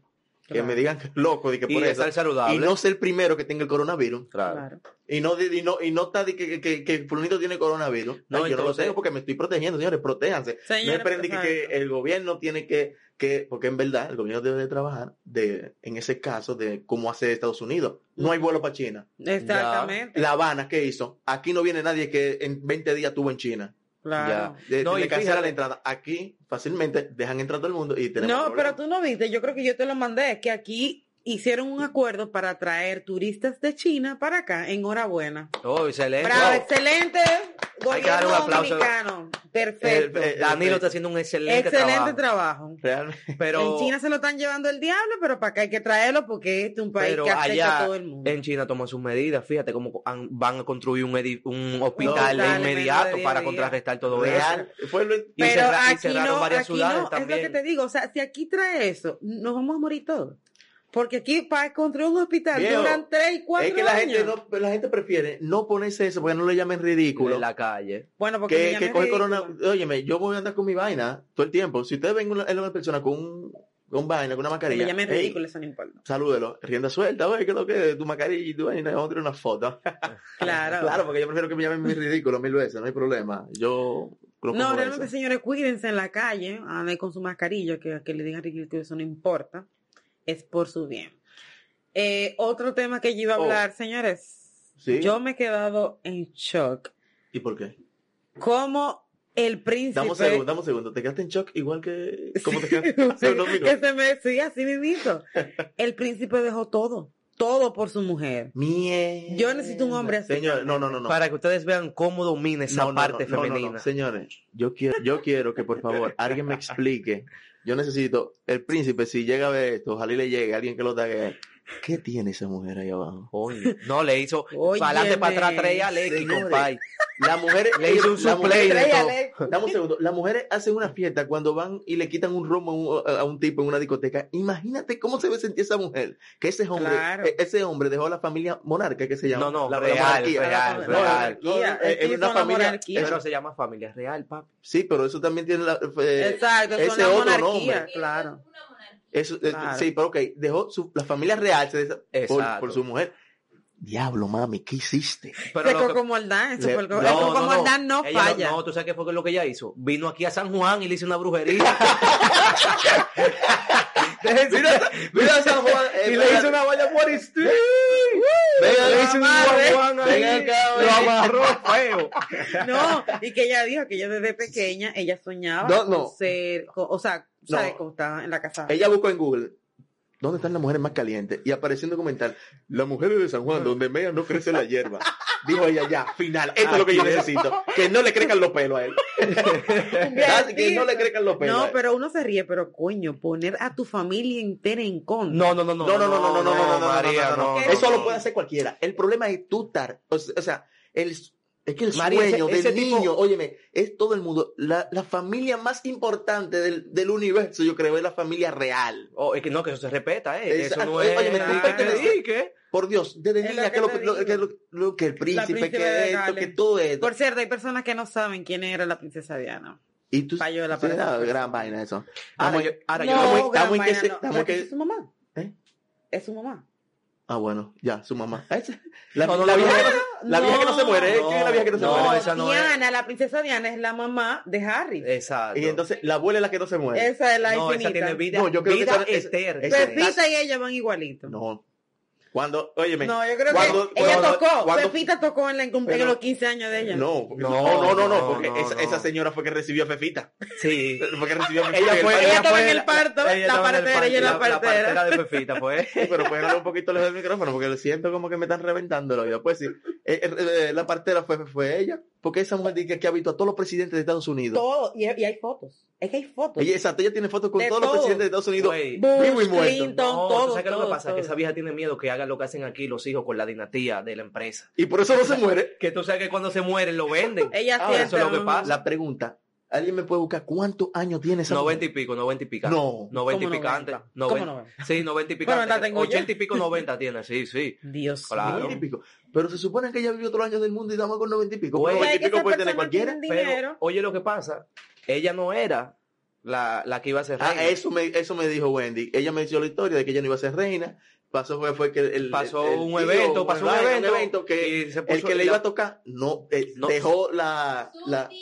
Speaker 2: que
Speaker 3: claro,
Speaker 2: me digan que es loco, de que
Speaker 1: Y
Speaker 2: por eso,
Speaker 1: estar saludable.
Speaker 2: y no ser el primero que tenga el coronavirus.
Speaker 1: Claro.
Speaker 3: claro.
Speaker 2: Y no, di- y no, y no está de que, que, que, que fulanito tiene coronavirus. No,
Speaker 1: No,
Speaker 2: yo no lo
Speaker 1: entonces-
Speaker 2: tengo porque me estoy protegiendo, señores, protéjanse. No
Speaker 3: Señores,
Speaker 2: esperen de que, que
Speaker 1: eh,
Speaker 3: exacto.
Speaker 2: el gobierno tiene que, que, porque en verdad el gobierno debe de trabajar de, en ese caso de cómo hace Estados Unidos. No hay vuelo para China.
Speaker 3: Exactamente.
Speaker 2: La Habana, ¿qué hizo? Aquí no viene nadie que en 20 días estuvo en China.
Speaker 3: Claro.
Speaker 2: De,
Speaker 1: No,
Speaker 2: le
Speaker 1: y
Speaker 2: cancelan
Speaker 1: fíjate-
Speaker 2: la entrada. Aquí fácilmente dejan entrar todo el mundo y tenemos
Speaker 3: No,
Speaker 2: problemas.
Speaker 3: pero tú no viste, yo creo que yo te lo mandé, que aquí hicieron un acuerdo para traer turistas de China para acá. Enhorabuena.
Speaker 1: Oh, excelente.
Speaker 3: Bravo,
Speaker 1: Wow.
Speaker 3: excelente.
Speaker 1: Hay que darle
Speaker 3: Gobierno
Speaker 1: un aplauso.
Speaker 3: dominicano. Perfecto.
Speaker 2: El- el-
Speaker 1: Oh, Danilo está haciendo un excelente,
Speaker 3: Excelente
Speaker 1: trabajo.
Speaker 3: trabajo.
Speaker 2: Realmente.
Speaker 1: Pero
Speaker 3: En China se lo están llevando el diablo, pero para acá hay que traerlo porque este es un país
Speaker 1: Pero
Speaker 3: que afecta
Speaker 1: allá
Speaker 3: a todo el mundo.
Speaker 1: en China toman sus medidas. Fíjate cómo han- van a construir un, edi- un hospital de
Speaker 3: Hospital en menos de
Speaker 1: inmediato
Speaker 3: diez
Speaker 1: para
Speaker 3: días.
Speaker 1: contrarrestar todo eso.
Speaker 2: Real. Fue lo-
Speaker 1: Y
Speaker 3: pero
Speaker 1: cerra- y
Speaker 3: aquí
Speaker 1: cerraron
Speaker 3: no,
Speaker 1: varias
Speaker 3: aquí
Speaker 1: ciudades
Speaker 3: no, es lo
Speaker 1: también.
Speaker 3: que te digo. O sea, si aquí trae eso, nos vamos a morir todos. Porque aquí para construir un hospital
Speaker 2: Viejo,
Speaker 3: duran tres y cuatro
Speaker 2: es que la
Speaker 3: años.
Speaker 2: gente, no, la gente prefiere no ponerse eso porque no le llamen ridículo.
Speaker 1: En la calle.
Speaker 3: Bueno, porque me
Speaker 2: que,
Speaker 3: llama
Speaker 2: que coge
Speaker 3: ridículo.
Speaker 2: corona. Óyeme, yo voy a andar con mi vaina todo el tiempo. Si ustedes ven una, a una persona con, un- con vaina, con una
Speaker 3: Que
Speaker 2: mascarilla,
Speaker 3: me llamen
Speaker 2: ey,
Speaker 3: ridículo, eso no importa.
Speaker 2: salúdelo, rienda suelta, oye, que lo que tu mascarilla y tu vaina, vamos a tirar una foto.
Speaker 3: Claro.
Speaker 2: Claro, porque yo prefiero que me llamen mi ridículo mil veces, no hay problema. Yo creo que
Speaker 3: No,
Speaker 2: como
Speaker 3: realmente,
Speaker 2: eso.
Speaker 3: señores, cuídense en la calle, anden con su mascarilla, que, que le digan ridículo, eso no importa. Es por su bien. Eh, otro tema que yo iba a
Speaker 2: Oh.
Speaker 3: hablar, señores.
Speaker 2: Sí.
Speaker 3: Yo me he quedado en shock.
Speaker 2: ¿Y por qué?
Speaker 3: Como el príncipe.
Speaker 2: Dame un segundo, dame un segundo. Te quedaste en shock igual que. ¿Cómo te quedaste? Hace unos
Speaker 3: que
Speaker 2: minutos.
Speaker 3: se me decía
Speaker 2: *laughs*
Speaker 3: así mismito. El príncipe dejó todo. Todo por su mujer.
Speaker 2: Mierda.
Speaker 3: *laughs* Yo necesito un hombre así.
Speaker 2: Señor, no, no, no. no.
Speaker 1: Para que ustedes vean cómo domina esa
Speaker 2: No, no,
Speaker 1: parte
Speaker 2: no, no, no, no.
Speaker 1: femenina.
Speaker 2: Señores, yo quiero, yo quiero que por favor alguien me explique. Yo necesito, el príncipe, si llega a ver esto, ojalá y le llegue alguien que lo tague. ¿Qué tiene esa mujer ahí abajo?
Speaker 1: Coño, No, le hizo
Speaker 3: Óyeme.
Speaker 1: para adelante, para atrás, tres Alexis,
Speaker 2: Señores.
Speaker 1: compadre.
Speaker 2: La mujer
Speaker 1: Le hizo un
Speaker 2: la
Speaker 1: suplay
Speaker 2: mujer-
Speaker 1: de
Speaker 2: Estrella,
Speaker 1: todo.
Speaker 2: le- Dame un segundo. Las mujeres hacen una fiesta cuando van y le quitan un romo a un, a un tipo en una discoteca. Imagínate cómo se ve sentir esa mujer. Que ese hombre,
Speaker 3: Claro.
Speaker 2: e- ese hombre dejó a la familia monarca que se llama.
Speaker 1: No, no,
Speaker 2: la, la
Speaker 1: real,
Speaker 2: monarquía.
Speaker 1: real,
Speaker 2: No,
Speaker 1: real.
Speaker 2: no, no,
Speaker 3: Aquí
Speaker 2: Eh, en una
Speaker 3: son la
Speaker 2: familia-
Speaker 3: monarquía.
Speaker 1: Pero se llama familia real, papi.
Speaker 2: Sí, pero eso también tiene la, eh,
Speaker 3: Exacto,
Speaker 2: ese
Speaker 3: son la
Speaker 2: otro
Speaker 3: monarquía,
Speaker 2: nombre.
Speaker 3: claro.
Speaker 2: Eso, eh,
Speaker 3: Claro.
Speaker 2: Sí, pero ok, dejó su- la familia real se desa- por,
Speaker 1: Exacto.
Speaker 2: por su mujer. Diablo, mami, ¿qué hiciste?
Speaker 1: Pero
Speaker 3: Pero
Speaker 1: lo que-
Speaker 3: Coco Moldán, eso
Speaker 2: Le-
Speaker 3: fue el
Speaker 2: no,
Speaker 3: el Coco Moldán no,
Speaker 1: Ella
Speaker 3: falla.
Speaker 1: No, tú sabes qué fue lo que ella hizo. Vino aquí a San Juan y le hizo una
Speaker 3: *laughs*
Speaker 1: brujería. *laughs*
Speaker 2: Mira, mira esa *laughs* mujer, eh, mira-
Speaker 1: valla por
Speaker 2: Venga,
Speaker 1: Le hizo un
Speaker 3: amarre.
Speaker 1: guan guan
Speaker 2: Venga
Speaker 1: ahí.
Speaker 2: acá,
Speaker 1: Lo
Speaker 2: venga.
Speaker 1: amarró feo.
Speaker 3: *laughs* No, y que ella dijo que ella desde pequeña, ella soñaba
Speaker 2: No, no.
Speaker 3: con ser, con- o sea,
Speaker 2: No.
Speaker 3: ¿sabes cómo estaba en la casa?
Speaker 2: Ella buscó en Google. ¿Dónde están las mujeres más calientes? Y apareció un documental. Las mujeres de San Juan, donde media no crece la hierba.
Speaker 1: *laughs*
Speaker 2: Dijo ella, ya, final. Esto es lo que yo necesito. Que no le crezcan los pelos a él. Así que no le crezcan los pelos. a
Speaker 3: No,
Speaker 2: él.
Speaker 3: pero uno se ríe, pero coño, poner a tu familia entera en contra.
Speaker 1: No, no, no, no.
Speaker 2: No, no, no, no, no, no, no, no, no,
Speaker 1: María,
Speaker 2: no, no, no.
Speaker 3: no,
Speaker 2: Eso
Speaker 3: no.
Speaker 2: lo puede hacer cualquiera. El problema es tú estar, o s- o sea, el, s- es que el
Speaker 1: María, ese-
Speaker 2: sueño
Speaker 1: ese
Speaker 2: del
Speaker 1: tipo-
Speaker 2: niño, óyeme, es todo el mundo, la, la familia más importante del, del universo, yo creo, es la familia real.
Speaker 1: Oh, es que no, que eso se respeta, eh. que Eso
Speaker 2: Exacto.
Speaker 1: no es.
Speaker 2: Oye, me
Speaker 3: estoy
Speaker 1: Ah, que
Speaker 3: perteneciendo.
Speaker 1: sí, que-
Speaker 2: Por Dios, desde
Speaker 3: Es lo
Speaker 2: niña,
Speaker 3: que
Speaker 2: que, lo,
Speaker 3: te
Speaker 2: lo-
Speaker 3: digo.
Speaker 2: que, lo- lo- que el príncipe,
Speaker 3: príncipe
Speaker 2: que
Speaker 3: de
Speaker 2: esto,
Speaker 3: Gales.
Speaker 2: que todo esto.
Speaker 3: Por cierto, hay personas que no saben quién era la princesa Diana.
Speaker 2: y tú,
Speaker 3: fallo de la
Speaker 2: sí, era
Speaker 3: pareja.
Speaker 2: gran vaina eso.
Speaker 1: Ahora
Speaker 2: Estamos-
Speaker 1: Ah, yo- ahora yo-
Speaker 2: estamos-
Speaker 3: gran
Speaker 2: estamos en que
Speaker 3: vaina,
Speaker 2: se-
Speaker 3: no.
Speaker 2: estamos
Speaker 3: Pero
Speaker 2: que-
Speaker 3: es su mamá.
Speaker 2: ¿Eh?
Speaker 3: Es su mamá.
Speaker 2: Ah, bueno, ya, su mamá. Esa- La,
Speaker 1: No, no,
Speaker 2: la
Speaker 1: no,
Speaker 2: vieja
Speaker 1: no,
Speaker 2: que no- la vieja que no se muere, ¿eh? ¿Quién es la vieja que no se
Speaker 1: No,
Speaker 2: muere?
Speaker 1: esa no es.
Speaker 3: Diana, la princesa Diana es la mamá de Harry.
Speaker 1: Exacto.
Speaker 2: Y entonces, la abuela es la que no se muere.
Speaker 3: Esa es la
Speaker 1: no, esa
Speaker 3: infinita.
Speaker 1: tiene vida,
Speaker 2: No, yo creo que
Speaker 1: vida
Speaker 2: esa- esa-
Speaker 1: eterna.
Speaker 2: esa-
Speaker 3: Pepita y ella van igualito.
Speaker 2: No. Cuando, óyeme.
Speaker 3: No, yo creo
Speaker 2: Cuando-
Speaker 3: que ella
Speaker 2: cuando-
Speaker 3: tocó,
Speaker 2: cuando-
Speaker 3: Pepita tocó en, la, en
Speaker 2: Pero-
Speaker 3: los 15 años de ella.
Speaker 2: No, porque-
Speaker 1: No,
Speaker 2: no, no, no, no,
Speaker 1: no,
Speaker 2: porque
Speaker 1: no,
Speaker 2: esa,
Speaker 1: no.
Speaker 2: esa señora fue que recibió a *laughs* Fefita.
Speaker 1: Sí.
Speaker 2: Fue que recibió a Fefita.
Speaker 1: Ella fue,
Speaker 3: Ella estaba
Speaker 1: fue
Speaker 3: en el parto,
Speaker 1: ella
Speaker 3: la
Speaker 1: estaba en el
Speaker 3: partera,
Speaker 1: parto,
Speaker 3: ella era la partera.
Speaker 1: de Pepita, pues.
Speaker 2: *laughs* Pero pueden hablar un poquito lejos del micrófono porque lo siento como que me están reventando el oído. Pues sí, Eh, eh, eh, la partera fue, fue ella, porque esa mujer dice que, que ha visto a todos los presidentes de Estados Unidos.
Speaker 3: Todo, y, y hay fotos. Es que hay fotos.
Speaker 2: Ella, exacto, ella tiene fotos con
Speaker 3: De
Speaker 2: todos los
Speaker 3: todo.
Speaker 2: presidentes de Estados Unidos.
Speaker 1: Güey,
Speaker 2: Vivo y muerto.
Speaker 3: Clinton,
Speaker 1: no,
Speaker 3: todo,
Speaker 1: ¿tú ¿sabes qué es lo que
Speaker 3: todo,
Speaker 1: pasa? Que
Speaker 3: todo.
Speaker 1: esa vieja tiene miedo que hagan lo que hacen aquí los hijos con la dinastía de la empresa.
Speaker 2: Y por eso no se muere.
Speaker 1: Que tú sabes que cuando se mueren lo venden.
Speaker 3: Ella
Speaker 1: Ah,
Speaker 3: siente
Speaker 1: eso es lo que pasa.
Speaker 2: La pregunta, ¿alguien me puede buscar cuántos años tiene esa
Speaker 1: 90 y
Speaker 2: mujer?
Speaker 1: pico, 90 y pico.
Speaker 2: No.
Speaker 1: noventa y
Speaker 3: ¿Cómo
Speaker 1: picante.
Speaker 3: 90? ¿Cómo
Speaker 1: 90. Sí, 90 y picante.
Speaker 3: Bueno, la tengo yo.
Speaker 1: 80 y pico, 90 tiene, sí,
Speaker 3: *laughs*
Speaker 1: sí.
Speaker 3: Dios
Speaker 1: Claro.
Speaker 3: mío.
Speaker 2: 90 y pico. Pero se supone que ella vivió otros años del mundo y dama con 90 y pico.
Speaker 1: Güey,
Speaker 2: Pero
Speaker 3: Pues
Speaker 2: 90
Speaker 3: es
Speaker 2: y
Speaker 3: que
Speaker 2: pico
Speaker 3: esas
Speaker 2: puede tener
Speaker 3: personas
Speaker 2: cualquiera.
Speaker 3: tienen
Speaker 1: Pero,
Speaker 3: dinero.
Speaker 1: oye, lo que pasa, ella no era la, la que iba a ser
Speaker 2: Ah,
Speaker 1: reina.
Speaker 2: eso me, eso me dijo Wendy. Ella me dio la historia de que ella no iba a ser reina. Pasó fue, fue que el,
Speaker 1: pasó
Speaker 2: el- el
Speaker 1: un
Speaker 2: tío,
Speaker 1: evento, pasó un
Speaker 2: vaina,
Speaker 1: evento,
Speaker 2: que
Speaker 1: y se puso
Speaker 2: el que le
Speaker 1: y la-
Speaker 2: iba a tocar no, eh,
Speaker 1: No.
Speaker 2: dejó la,
Speaker 4: su
Speaker 2: la
Speaker 4: tío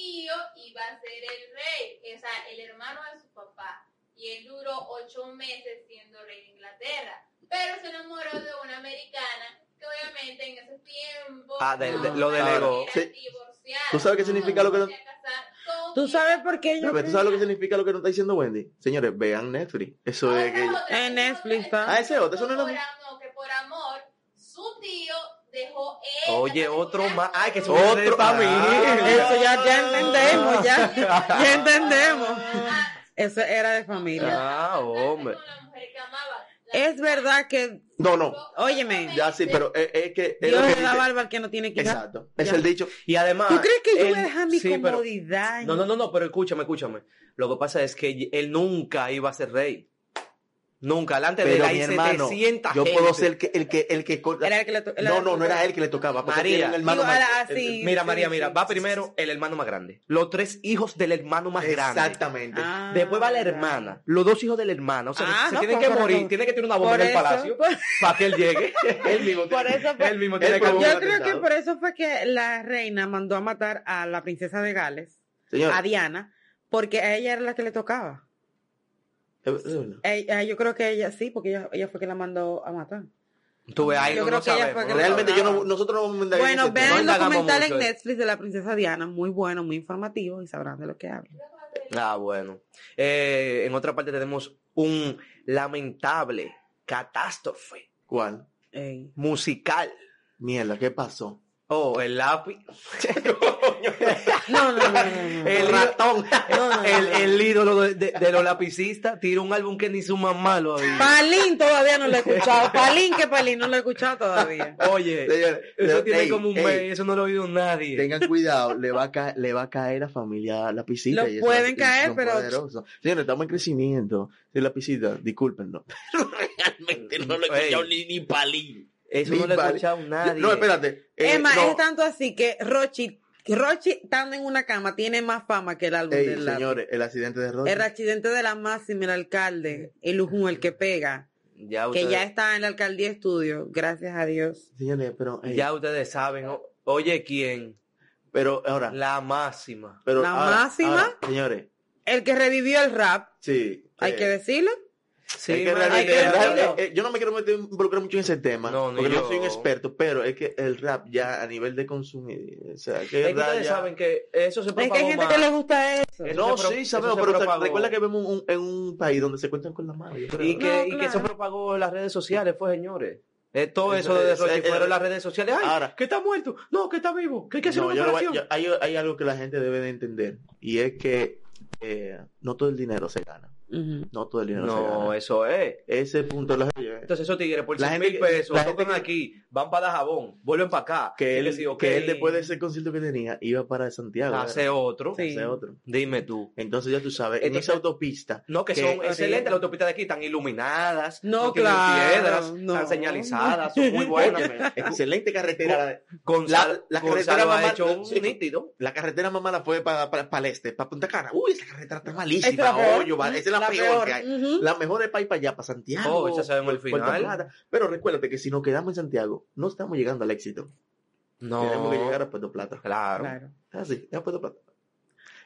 Speaker 4: iba a ser el rey, o sea, el hermano de su papá. Y él duró ocho meses siendo rey de Inglaterra. Pero se enamoró de una americana que obviamente en ese tiempo...
Speaker 1: Ah, de-
Speaker 3: de-
Speaker 1: lo delegó.
Speaker 4: era
Speaker 2: Sí.
Speaker 4: divorciada,
Speaker 2: ¿Tú sabes qué
Speaker 4: no
Speaker 2: significa lo que no-
Speaker 4: se podía casar con
Speaker 3: ¿Tú sabes por qué yo
Speaker 2: Espérame, ¿Tú sabes lo que significa lo que nos está diciendo Wendy? Señores, vean Netflix. Eso
Speaker 4: Otra,
Speaker 2: es que...
Speaker 4: otra,
Speaker 3: En Netflix
Speaker 4: otra,
Speaker 3: está.
Speaker 2: Ah, ese otro, eso no es lo
Speaker 4: por
Speaker 2: mismo.
Speaker 4: amor, que por amor, su tío dejó él.
Speaker 1: Oye, otro más. Ay, que se
Speaker 2: Otro ah,
Speaker 1: hubiese
Speaker 2: pa' mí.
Speaker 1: separado.
Speaker 3: Eso ya, ya entendemos, ya.
Speaker 4: *laughs*
Speaker 3: Ya entendemos.
Speaker 4: Ah,
Speaker 3: Eso era de
Speaker 4: Él
Speaker 3: familia.
Speaker 1: Ah,
Speaker 4: casarse
Speaker 1: hombre.
Speaker 4: con la mujer que amaba. La-
Speaker 3: Es verdad que
Speaker 2: No, no.
Speaker 3: Óyeme.
Speaker 2: Ya sí, pero es, es que... es lo
Speaker 3: Dios
Speaker 2: que
Speaker 3: le da
Speaker 2: dice-
Speaker 3: barba al que no tiene que dar.
Speaker 2: Exacto. Es
Speaker 3: Ya.
Speaker 2: el dicho.
Speaker 1: Y además.
Speaker 3: ¿Tú crees que yo
Speaker 1: Ah, él-
Speaker 3: voy a dejar mi
Speaker 1: sí, pero-
Speaker 3: comodidad?
Speaker 1: No, no, no, no, pero escúchame, escúchame. Lo que pasa es que él nunca iba a ser rey. Nunca, delante de él
Speaker 2: Pero
Speaker 1: hay
Speaker 2: mi hermano,
Speaker 1: 700
Speaker 2: yo puedo
Speaker 1: gente.
Speaker 2: ser el que... El que, el que corta-
Speaker 3: Era el que le to- era
Speaker 2: no,
Speaker 3: el-
Speaker 2: no, no era él que le tocaba. Porque
Speaker 1: María.
Speaker 2: tiene un hermano
Speaker 3: Digo,
Speaker 2: mayor.
Speaker 3: era así.
Speaker 1: Mira,
Speaker 3: sí,
Speaker 1: María,
Speaker 3: sí.
Speaker 1: mira, va primero el hermano más grande. Los tres hijos del hermano más grande.
Speaker 2: Exactamente.
Speaker 3: Ah,
Speaker 1: Después va la hermana, los dos hijos de la hermana. O sea,
Speaker 3: Ah,
Speaker 1: se
Speaker 3: no,
Speaker 1: tienen
Speaker 3: por-
Speaker 1: que morir,
Speaker 3: por-
Speaker 1: tiene que tener una bomba
Speaker 3: Por
Speaker 1: en el
Speaker 3: eso,
Speaker 1: palacio
Speaker 3: por-
Speaker 1: para que él llegue.
Speaker 2: Él mismo.
Speaker 3: *laughs* por eso fue-
Speaker 1: él mismo
Speaker 2: Él
Speaker 1: tiene que
Speaker 2: probó.
Speaker 1: morir.
Speaker 3: Yo creo que por eso fue que la reina mandó a matar a la princesa de Gales,
Speaker 2: Señor,
Speaker 3: a Diana, porque a ella era la que le tocaba.
Speaker 2: es- es verdad.
Speaker 3: Ella- yo creo que ella sí, porque ella, ella fue que la mandó a matar.
Speaker 1: Tú ves, ahí
Speaker 3: Yo
Speaker 1: no,
Speaker 3: creo
Speaker 1: no
Speaker 3: que ella
Speaker 1: sabemos,
Speaker 3: fue que
Speaker 1: no
Speaker 2: realmente yo
Speaker 1: sabemos.
Speaker 2: no, nosotros no vamos a indagar en
Speaker 3: Bueno,
Speaker 2: ese
Speaker 1: no
Speaker 3: vean el
Speaker 2: tema.
Speaker 1: indagamos
Speaker 3: documental
Speaker 1: mucho
Speaker 3: en
Speaker 1: de-
Speaker 3: Netflix de la princesa Diana, muy bueno, muy informativo y sabrán de lo que hablo.
Speaker 1: Ah, bueno. Eh, en otra parte tenemos un lamentable catástrofe
Speaker 2: ¿Cuál?
Speaker 3: Ey.
Speaker 1: musical.
Speaker 2: Mierda, ¿qué pasó?
Speaker 1: Oh, el lápiz.
Speaker 3: No, no, no, no,
Speaker 1: *laughs*
Speaker 3: no, no.
Speaker 1: El ratón.
Speaker 3: no, no,
Speaker 1: El,
Speaker 3: no.
Speaker 1: el ídolo de, de- de los lapicistas tira un álbum que ni su mamá lo
Speaker 3: *laughs*
Speaker 1: había.
Speaker 3: Palín todavía no lo he
Speaker 1: *laughs*
Speaker 3: escuchado. Palín que Palín no lo he escuchado todavía.
Speaker 1: Oye,
Speaker 2: Señores,
Speaker 1: eso
Speaker 2: pero-
Speaker 1: tiene
Speaker 2: ey,
Speaker 1: como un
Speaker 2: ey,
Speaker 1: mes, eso no lo ha oído nadie.
Speaker 2: Tengan cuidado, le va a caer, le va a caer a familia la piscita.
Speaker 3: Lo
Speaker 2: y
Speaker 3: pueden
Speaker 2: y
Speaker 3: caer,
Speaker 2: son
Speaker 3: pero-
Speaker 2: poderosos. Señores, estamos en crecimiento. Sí, la piscita, discúlpenlo.
Speaker 1: Realmente no lo he escuchado ni, palín. Eso no
Speaker 2: Ni
Speaker 1: lo ha
Speaker 2: palín.
Speaker 1: escuchado nadie.
Speaker 2: No, espérate. eh,
Speaker 3: Emma,
Speaker 2: no,
Speaker 3: es tanto así que Rochi, Rochi estando en una cama tiene más fama que el álbum
Speaker 2: ey,
Speaker 3: del lápiz.
Speaker 2: señores, el accidente de Rocky.
Speaker 3: El accidente de la máxima, el alcalde, el Ujun, el que pega,
Speaker 1: Ya
Speaker 2: Ah,
Speaker 3: que
Speaker 1: ustedes,
Speaker 3: ya está en la alcaldía estudio, gracias a Dios.
Speaker 2: Señores, pero, ey,
Speaker 1: ya ustedes saben. o- Oye, ¿quién?
Speaker 2: pero ahora,
Speaker 1: La máxima.
Speaker 2: pero
Speaker 3: La
Speaker 2: ahora-
Speaker 3: máxima.
Speaker 2: ahora, señores,
Speaker 3: El que revivió el rap,
Speaker 2: sí.
Speaker 3: hay
Speaker 2: eh,
Speaker 3: que decirlo.
Speaker 1: Sí,
Speaker 2: es que
Speaker 1: María,
Speaker 2: realmente
Speaker 3: hay que
Speaker 2: el rap,
Speaker 3: decirlo.
Speaker 2: eh, eh, yo no me quiero meter, involucrar mucho en ese tema,
Speaker 1: No, ni
Speaker 2: porque
Speaker 1: yo.
Speaker 2: no soy un experto, pero es que el rap ya a nivel de consumir, o sea, que
Speaker 1: Es que
Speaker 2: el rap
Speaker 1: ustedes
Speaker 2: ya-
Speaker 1: saben que eso se
Speaker 3: Es
Speaker 1: propagó
Speaker 3: que hay gente
Speaker 1: más.
Speaker 3: que le gusta eso.
Speaker 1: Eso
Speaker 2: No,
Speaker 1: se pro-
Speaker 2: sí,
Speaker 1: eso
Speaker 2: sabemos,
Speaker 1: se
Speaker 2: pero o sea,
Speaker 1: propagó.
Speaker 2: recuerda que vemos un- en un país donde se cuentan con la mano. yo creo.
Speaker 1: Y que,
Speaker 3: No,
Speaker 1: y que
Speaker 3: claro.
Speaker 1: eso propagó en las redes sociales, fue señores. Eh, todo eso,
Speaker 2: Eso
Speaker 1: de
Speaker 2: es-
Speaker 1: Rochi
Speaker 2: es-
Speaker 1: fueron
Speaker 2: es-
Speaker 1: las redes sociales. ¡Ay!
Speaker 2: Ahora.
Speaker 1: que está muerto. No, que está vivo. Que hay que hacer
Speaker 2: No,
Speaker 1: una
Speaker 2: yo lo voy-
Speaker 1: operación.
Speaker 2: yo- hay, hay algo que la gente debe de entender y es que eh, no todo el dinero se gana.
Speaker 3: Ujú.
Speaker 2: No todo el dinero se
Speaker 1: No,
Speaker 2: gana.
Speaker 1: eso es.
Speaker 2: Ese punto lo que,
Speaker 1: Entonces esos tigres por
Speaker 2: La
Speaker 1: 100
Speaker 2: gente
Speaker 1: mil
Speaker 2: que-
Speaker 1: pesos
Speaker 2: la gente
Speaker 1: tocan
Speaker 2: que-
Speaker 1: aquí, van para Jabón, vuelven para acá. Y
Speaker 2: él,
Speaker 1: sí, ok,
Speaker 2: que él después de ese concierto que tenía iba para Santiago.
Speaker 1: hace
Speaker 2: ¿verdad?
Speaker 1: otro.
Speaker 3: Sí.
Speaker 2: Hace otro.
Speaker 1: Dime tú.
Speaker 2: Entonces ya tú sabes, en
Speaker 1: Entonces-
Speaker 2: esa autopista
Speaker 1: No, que
Speaker 2: Que-
Speaker 1: son
Speaker 2: Sí.
Speaker 1: excelentes las autopistas de aquí, están iluminadas,
Speaker 3: No,
Speaker 1: tienen
Speaker 3: claro,
Speaker 1: piedras,
Speaker 3: no.
Speaker 1: están señalizadas, son muy *laughs* buenas.
Speaker 2: *laughs* Excelente carretera.
Speaker 1: Gonzalo,
Speaker 2: la carretera
Speaker 1: Gonzalo
Speaker 2: va
Speaker 1: ha
Speaker 2: mal-
Speaker 1: hecho un
Speaker 2: sí.
Speaker 1: nítido.
Speaker 2: La carretera más mala fue para para el este, para Punta Cana. Uy, esa carretera está malísima.
Speaker 3: Esa es la peor.
Speaker 2: hoyo, vale, esa es la,
Speaker 3: La
Speaker 2: peor,
Speaker 3: peor,
Speaker 2: que hay.
Speaker 3: ujú.
Speaker 2: La mejor es para ir para allá, para Santiago.
Speaker 1: Oh, ya sabemos el
Speaker 2: Ah, Puerto
Speaker 1: final.
Speaker 2: Plata. Pero recuérdate que si nos quedamos en Santiago, no estamos llegando al éxito.
Speaker 1: No,
Speaker 2: Tenemos que llegar a Puerto Plata.
Speaker 1: claro.
Speaker 3: Claro.
Speaker 2: Ah, sí, es a Puerto Plata.